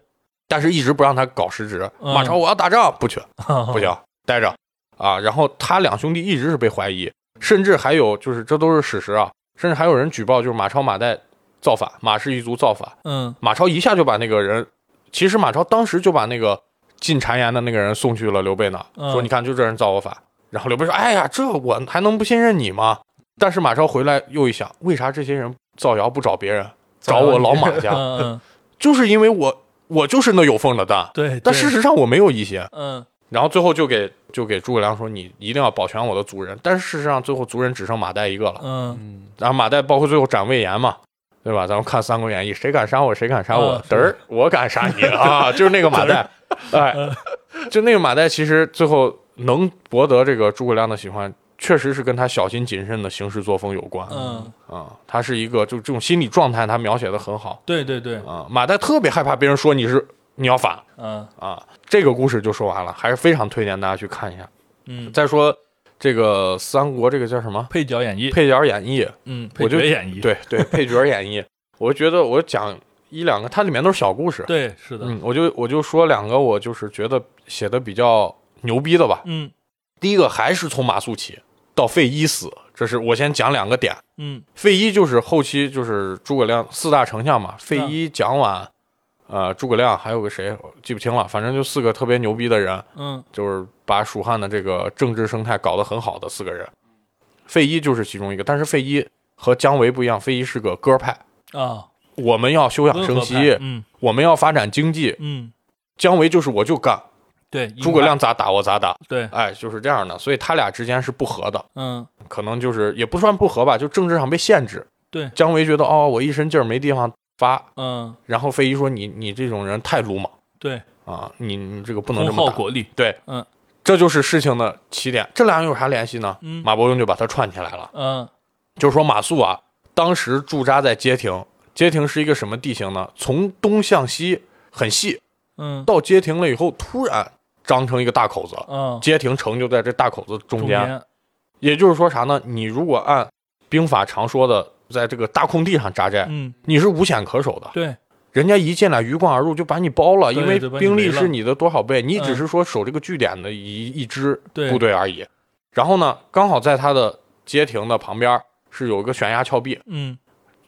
B: 但是一直不让他搞实职。
A: 嗯
B: 马超，我要打仗，不去，
A: 不
B: 不行，待着啊。然后他两兄弟一直是被怀疑，甚至还有就是这都是史实啊，甚至还有人举报就是马超马岱造反，马氏一族造反。
A: 嗯
B: 马超一下就把那个人，其实马超当时就把那个进谗言的那个人送去了刘备那儿，
A: 嗯
B: 说你看就这人造我反。然后刘备说：“哎呀，这我还能不信任你吗？”但是马超回来又一想，为啥这些人造谣不找别人，找我老马啊
A: 嗯
B: 家？
A: 嗯，
B: 就是因为我我就是那有缝的 蛋。
A: 对，对
B: 但事实上我没有疑心，
A: 嗯
B: 然后最后就给就给诸葛亮说你一定要保全我的族人，但是事实上最后族人只剩马岱一个了，
A: 嗯
C: 嗯，
B: 然后马岱包括最后斩魏延嘛，对吧？咱们看《三国演义》，谁敢杀我谁敢杀我
A: 啊，
B: 嘚儿我敢杀你啊！就是那个马 岱，哎，就那个马岱其实最后能博得这个诸葛亮的喜欢，确实是跟他小心谨慎的行事作风有关，
A: 嗯，
B: 啊，他是一个就这种心理状态，他描写的很好
A: 对对对，
B: 啊。马岱特别害怕别人说你是你要反
A: 嗯
B: 啊，这个故事就说完了，还是非常推荐大家去看一下。
A: 嗯，
B: 再说这个三国这个叫什么
A: 配角演绎，
B: 配角演绎？
A: 嗯，配
B: 我就
A: 角演绎，
B: 对对，配角演绎。我觉得我讲一两个，它里面都是小故事。
A: 对，是的，
B: 嗯，我就我就说两个，我就是觉得写的比较牛逼的吧。
A: 嗯
B: 第一个还是从马谡起到费祎死，这是我先讲两个点。
A: 嗯
B: 费祎就是后期就是诸葛亮四大丞相嘛，费
A: 嗯
B: 祎、蒋琬，呃，诸葛亮还有个谁我记不清了，反正就四个特别牛逼的人。
A: 嗯
B: 就是把蜀汉的这个政治生态搞得很好的四个人，费祎就是其中一个。但是费祎和姜维不一样，费祎是个鸽派，
A: 啊，
B: 我们要休养
A: 温
B: 生
A: 和派
B: 息，
A: 嗯
B: 我们要发展经济。
A: 嗯
B: 姜维就是我就干，
A: 对，
B: 诸葛亮咋打我咋打，
A: 对，
B: 哎，就是这样的，所以他俩之间是不和的，
A: 嗯，
B: 可能就是也不算不和吧，就政治上被限制。
A: 对
B: 姜维觉得哦，我一身劲儿没地方发，
A: 嗯，
B: 然后费祎说你你这种人太鲁莽
A: 对，
B: 啊，你你这个不能这
A: 通
B: 么
A: 浩
B: 打，
A: 国力，
B: 对，
A: 嗯，
B: 这就是事情的起点。这俩人有啥联系呢？
A: 嗯
B: 马伯庸就把他串起来了，
A: 嗯
B: 就是说马谡啊，当时驻扎在街亭，街亭是一个什么地形呢？从东向西很细，
A: 嗯
B: 到街亭了以后，突然张成一个大口子，
A: 嗯，
B: 街亭城就在这大口子中
A: 中
B: 间。也就是说啥呢？你如果按兵法常说的，在这个大空地上扎寨，
A: 嗯，
B: 你是无险可守的。
A: 对，
B: 人家一进来鱼贯而入就把你包了，
A: 对
B: 因为
A: 就把你
B: 兵力
A: 围了
B: 是你的多少倍，你
A: 嗯
B: 只是说守这个据点的一一支
A: 对
B: 部队而已。然后呢，刚好在他的街亭的旁边是有一个悬崖峭壁，
A: 嗯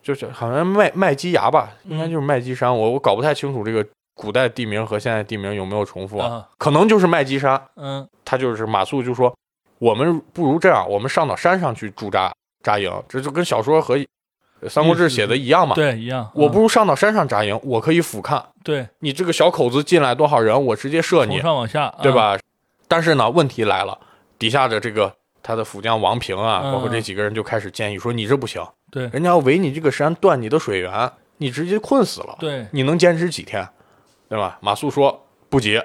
B: 就是好像麦麦积崖吧，
A: 嗯
B: 应该就是麦积山，我我搞不太清楚这个古代地名和现在地名有没有重复，
A: 啊，
B: 可能就是麦积山。
A: 嗯
B: 他就是马谡就说，我们不如这样，我们上到山上去驻扎扎营，这就跟小说和《三国志》写的一样嘛。
A: 对，一样，
B: 我不
A: 嗯
B: 如上到山上扎营，我可以俯瞰
A: 对，
B: 你这个小口子进来多少人，我直接射
A: 从
B: 你，
A: 上往下，
B: 对
A: 嗯？
B: 吧？但是呢，问题来了，底下的这个他的辅将王平啊，
A: 嗯
B: 包括这几个人就开始建议说，你这不行，
A: 对
B: 人家要围你这个山，断你的水源，你直接困死了，
A: 对，
B: 你能坚持几天，对吧？马谡说不急，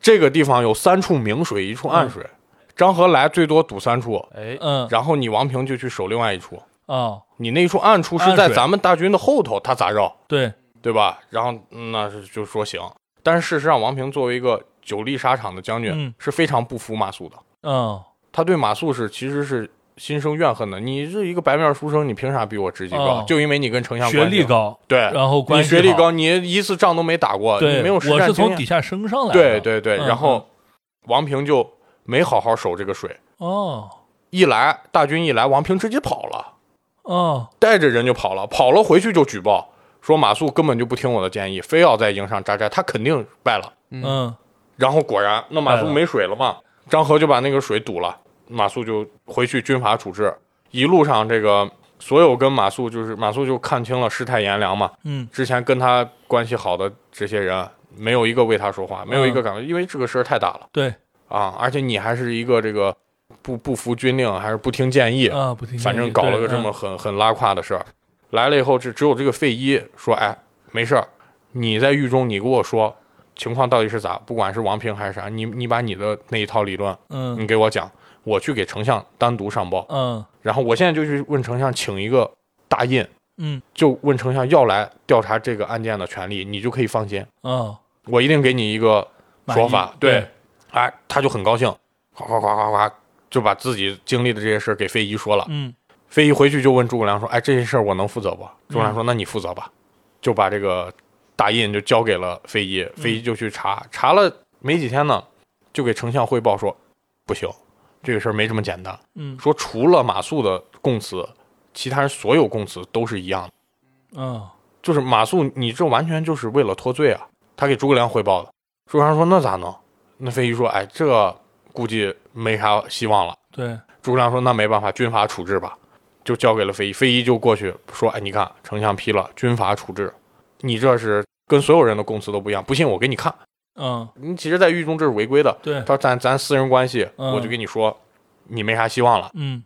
B: 这个地方有三处明水，一处暗水，张合来最多堵三处，
C: 哎，
A: 嗯
B: 然后你王平就去守另外一处，
A: 哦，
B: 你那一处暗处是
A: 暗
B: 在
A: 水
B: 咱们大军的后头，他咋绕？
A: 对，
B: 对吧？然后嗯那是就说行，但是事实上，王平作为一个久历沙场的将军，
A: 嗯
B: 是非常不服马谡的。
A: 嗯
B: 他对马谡是其实是心生怨恨的。你是一个白面书生，你凭啥比我职级高？
A: 哦
B: 就因为你跟丞相
A: 学
B: 关系
A: 历高，
B: 对，
A: 然后关
B: 你
A: 系
B: 学历
A: 好
B: 高，，你一次仗都没打过，
A: 对，
B: 你没有实
A: 我
B: 战
A: 是
B: 经
A: 从
B: 验
A: 底下升上来
B: 对
A: 的，
B: 对对，
A: 嗯
B: 然后王平就没好好守这个水，
A: 哦
B: 一来大军一来，王平直接跑了，
A: 哦，
B: 带着人就跑了，跑了回去就举报说马谡根本就不听我的建议，非要在营上扎寨，他肯定败了。
A: 嗯
B: 然后果然，那马
A: 败
B: 谡
A: 了
B: 没水了嘛，张合就把那个水堵了，马谡就回去军法处置。一路上，这个所有跟马谡就是马谡就看清了世态炎凉嘛，
A: 嗯
B: 之前跟他关系好的这些人，没有一个为他说话，没有一个敢，因为这个事儿太大了
A: 对
B: 啊！而且你还是一个这个不不服军令，还是不听建议，
A: 啊，不听建议，
B: 反正搞了
A: 对嗯
B: 个这么很、很拉胯的事儿。来了以后，只只有这个费祎说：“哎，没事儿，你在狱中，你给我说情况到底是咋，不管是王平还是啥，你你把你的那一套理论，
A: 嗯
B: 你给我讲，我去给丞相单独上报。
A: 嗯
B: 然后我现在就去问丞相请一个大印，
A: 嗯
B: 就问丞相要来调查这个案件的权利，你就可以放心，
A: 嗯，
B: 我一定给你一个
A: 满
B: 说
A: 意嗯
B: 法。
A: 对，
B: 哎，他就很高兴，哗哗哗哗哗，就把自己经历的这些事儿给费祎说了。
A: 嗯
B: 飞一回去就问诸葛亮说：“哎，这些事儿我能负责不？”诸葛亮说：“那你负责
A: 嗯
B: 吧。”就把这个大印就交给了飞一，
A: 嗯
B: 飞一就去查，查了没几天呢，就给丞相汇报说：“不行，这个事儿没这么简单。
A: 嗯
B: 说除了马谡的供词，其他人所有供词都是一样的。
A: 嗯
B: 就是马谡，你这完全就是为了脱罪啊！”他给诸葛亮汇报的。诸葛亮说：“那咋弄？”那飞一说：“哎，这估计没啥希望了。”
A: 对，
B: 诸葛亮说：“那没办法，军法处置吧。”就交给了费祎，费祎就过去说：“哎，你看，丞相批了军法处置，你这是跟所有人的供词都不一样，不信我给你看。
A: 嗯
B: 你其实，在狱中这是违规的。
A: 对
B: 他，说咱咱私人关系，
A: 嗯
B: 我就跟你说，你没啥希望了。
A: 嗯”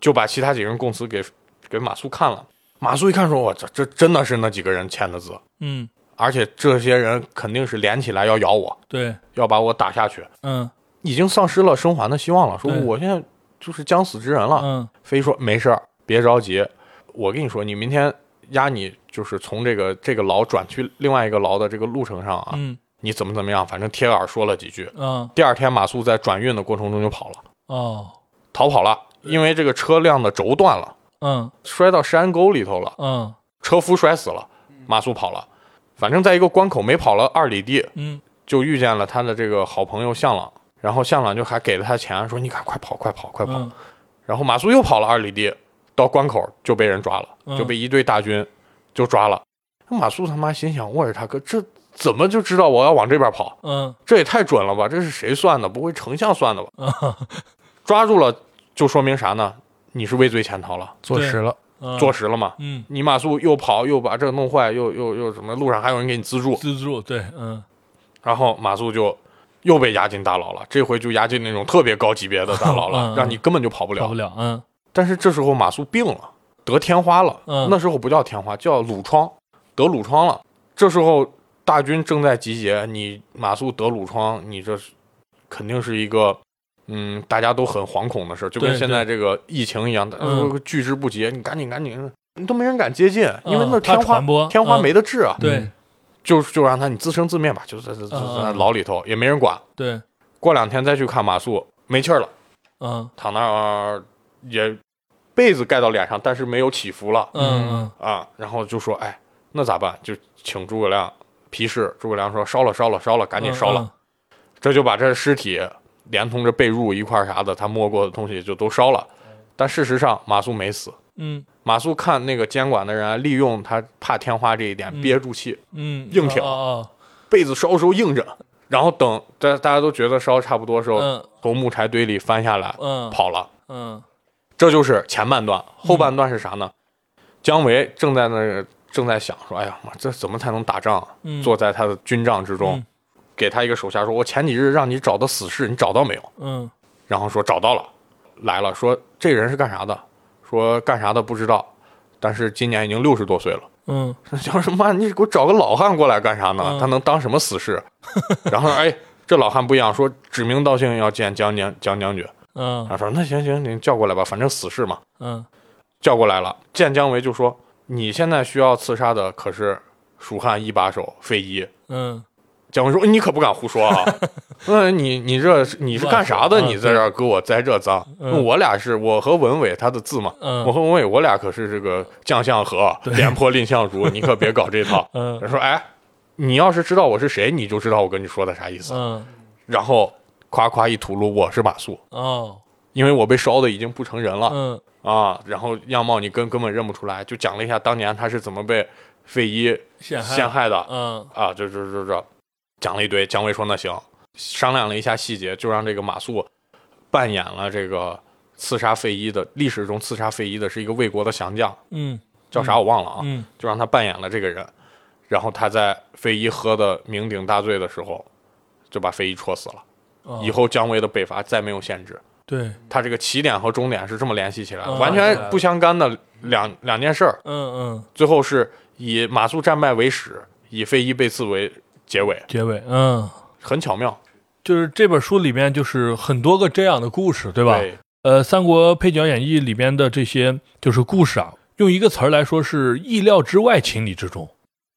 B: 就把其他几个人供词给给马谡看了。马谡一看说：“我这这真的是那几个人签的字，
A: 嗯
B: 而且这些人肯定是连起来要咬我，
A: 对，
B: 要把我打下去，
A: 嗯
B: 已经丧失了生还的希望了。说
A: 对
B: 我现在就是将死之人了。”
A: 嗯
B: 非说没事儿，别着急，我跟你说，你明天押你就是从这个这个牢转去另外一个牢的这个路程上啊，
A: 嗯
B: 你怎么怎么样，反正贴耳说了几句。
A: 嗯
B: 第二天，马谡在转运的过程中就跑了，
A: 哦
B: 逃跑了，因为这个车辆的轴断了，
A: 嗯
B: 摔到山沟里头了，
A: 嗯
B: 车夫摔死了，马谡跑了，反正在一个关口没跑了二里地，
A: 嗯
B: 就遇见了他的这个好朋友项朗，然后项朗就还给了他钱，说你赶快跑，快跑，快跑。
A: 嗯
B: 然后马谡又跑了二里地，到关口就被人抓了，
A: 嗯
B: 就被一队大军就抓了。那马谡他妈心想：我日他哥，这怎么就知道我要往这边跑？
A: 嗯
B: 这也太准了吧！这是谁算的？不会丞相算的吧？
A: 嗯
B: 抓住了就说明啥呢？你是畏罪潜逃了，
C: 坐实了，
A: 嗯，
B: 坐实了嘛？
A: 嗯
B: 你马谡又跑又把这弄坏，又又又什么？路上还有人给你资助，
A: 自助对，嗯
B: 然后马谡就又被押进大牢了。这回就押进那种特别高级别的大牢
A: 嗯嗯
B: 了，让你根本就跑不
A: 少
B: 了
A: 不。了，嗯
B: 但是这时候马谡病了，得天花了。
A: 嗯
B: 那时候不叫天花，叫褥疮，得褥疮了。这时候大军正在集结，你马谡得褥疮，你这是肯定是一个。嗯，大家都很惶恐的事儿，就跟
A: 对
B: 现在这个疫情一样，大家
A: 嗯
B: 都拒之不及。你赶紧赶紧，你都没人敢接近，因为
A: 嗯
B: 那
A: 怕
B: 天花、
A: 传播
B: 天花
A: 嗯
B: 没得治啊。
A: 对
B: 就就让他你自生自灭吧，就在在在
A: 嗯
B: 在牢里头也没人管。
A: 对，
B: 过两天再去看马谡，没气儿了，
A: 嗯
B: 躺那儿也被子盖到脸上，但是没有起伏了
A: 嗯嗯
B: 啊。然后就说：“哎，那咋办？就请诸葛亮批示。”诸葛亮说：“烧了，烧了，烧了，赶
A: 嗯
B: 紧烧了。，这就把这尸体连同着被褥一块儿啥的，他摸过的东西就都烧了。但事实上，马谡没死。
A: 嗯
B: 马谡看那个监管的人啊利用他怕天花这一点
A: 嗯
B: 憋住气，
A: 嗯，
B: 硬挺
A: 哦
B: 被子烧的时候硬着，然后等大大家都觉得烧差不多的时候，
A: 嗯
B: 从木柴堆里翻下来、
A: 嗯，
B: 跑了。
A: 嗯
B: 这就是前半段，后半段是啥呢？姜维正在那儿正在想说，哎呀妈，这怎么才能打仗啊、
A: 嗯
B: 坐在他的军帐之中，
A: 嗯
B: 给他一个手下说，我前几日让你找的死士，你找到没有？
A: 嗯
B: 然后说找到了，来了，说这人是干啥的？说干啥的不知道，但是今年已经六十多岁了。
A: 嗯
B: 叫什么？你给我找个老汉过来干啥呢？
A: 嗯
B: 他能当什么死士？ 然后哎，这老汉不一样，说指名道姓要见江将江将军。然
A: 嗯
B: 后说那行行，您叫过来吧，反正死士嘛。
A: 嗯
B: 叫过来了，见姜维就说：“你现在需要刺杀的可是蜀汉一把手费祎。
A: 嗯，”
B: 姜维说：“哎你可不敢胡说 啊！那你你这你是干啥的？
A: 乱说嗯
B: 你在这儿给我栽这赃？
A: 嗯
B: 我俩是我和文伟他的字嘛。
A: 嗯
B: 我和文伟我俩可是这个将相和，廉颇蔺相如，你可别搞这套。”
A: 嗯
B: 他说：“哎，你要是知道我是谁，你就知道我跟你说的啥意思。
A: 嗯
B: 然后夸夸一吐露，我是马谡，
A: 哦
B: 因为我被烧的已经不成人了、
A: 嗯
B: 啊。然后样貌你根根本认不出来，就讲了一下当年他是怎么被费祎
A: 陷害
B: 陷害的
A: 嗯
B: 啊，这这这这，讲了一堆。姜维说：“那行，商量了一下细节，就让这个马谡扮演了这个刺杀费祎的历史中刺杀费祎的是一个魏国的降将，
A: 嗯
B: 叫啥我忘了啊。
A: 嗯
B: 就让他扮演了这个人。然后他在费祎喝的酩酊大醉的时候，就把费祎戳死了。
A: 哦
B: 以后姜维的北伐再没有限制，
A: 对
B: 他这个起点和终点是这么联系起来的，
A: 嗯
B: 完全不相干的两两件事儿。
A: 嗯嗯
B: 最后是以马谡战败为始，以费祎被刺为结尾，
A: 结尾嗯。
B: 很巧妙，
A: 就是这本书里面就是很多个这样的故事，对吧？
B: 对
A: 呃，《三国配角演义》里面的这些就是故事啊，用一个词儿来说是意料之外、情理之中。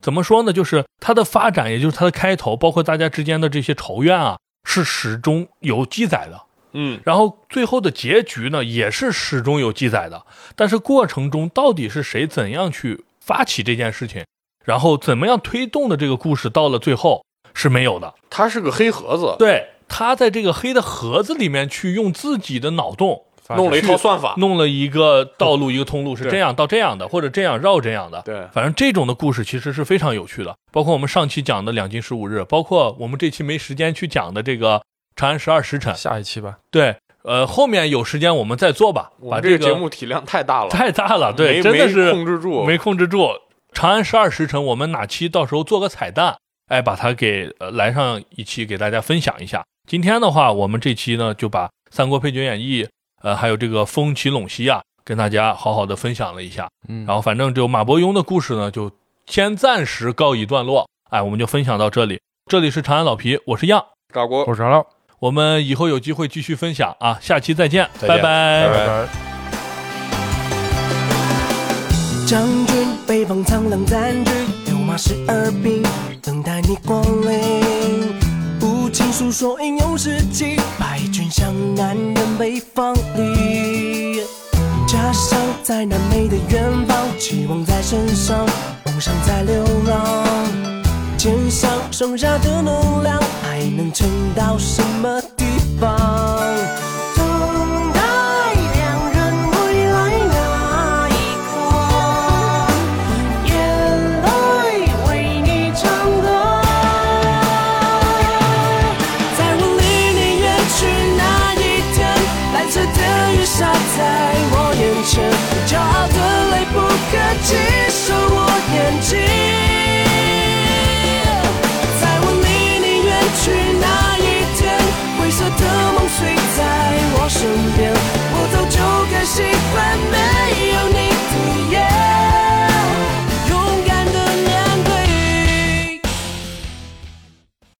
A: 怎么说呢？就是它的发展，也就是它的开头，包括大家之间的这些仇怨啊，是始终有记载的。
B: 嗯，
A: 然后最后的结局呢，也是始终有记载的。但是过程中到底是谁怎样去发起这件事情，然后怎么样推动的这个故事，到了最后是没有的。
B: 它是个黑盒子，
A: 对他在这个黑的盒子里面去用自己的脑洞
B: 弄了一套算法，
A: 弄了一个道路，一个通路是这样到这样的，或者这样绕这样的。
B: 对
A: 反正这种的故事其实是非常有趣的，包括我们上期讲的两晋十五日，包括我们这期没时间去讲的这个长安十二时辰。
C: 下一期吧。
A: 对，呃，后面有时间我们再做吧，
B: 我
A: 把
B: 们这个
A: 个
B: 节目体量太大 了，
A: 太大了，对，
B: 没
A: 真的
B: 没
A: 是
B: 控制住，
A: 没控制住。长安十二时辰，我们哪期到时候做个彩蛋，哎，把它给、呃、来上一期给大家分享一下。今天的话，我们这期呢就把《三国配角演义》呃，还有这个《风起陇西》啊，跟大家好好的分享了一下。
C: 嗯
A: 然后反正就马伯庸的故事呢，就先暂时告一段落。哎，我们就分享到这里。这里是长安老皮，我是样，
B: 炸锅。
C: 我是长老，
A: 我们以后有机会继续分享啊，下期再见，
B: 再见
A: 拜拜
B: 拜拜
C: 拜。
D: 将军，北方苍狼占据，六马十二兵，等待你光临。无情诉说英勇事迹，败军向南人北方里。家乡在南美的远方，期望在身上，梦想在流浪。肩上剩下的能量，还能撑到什么地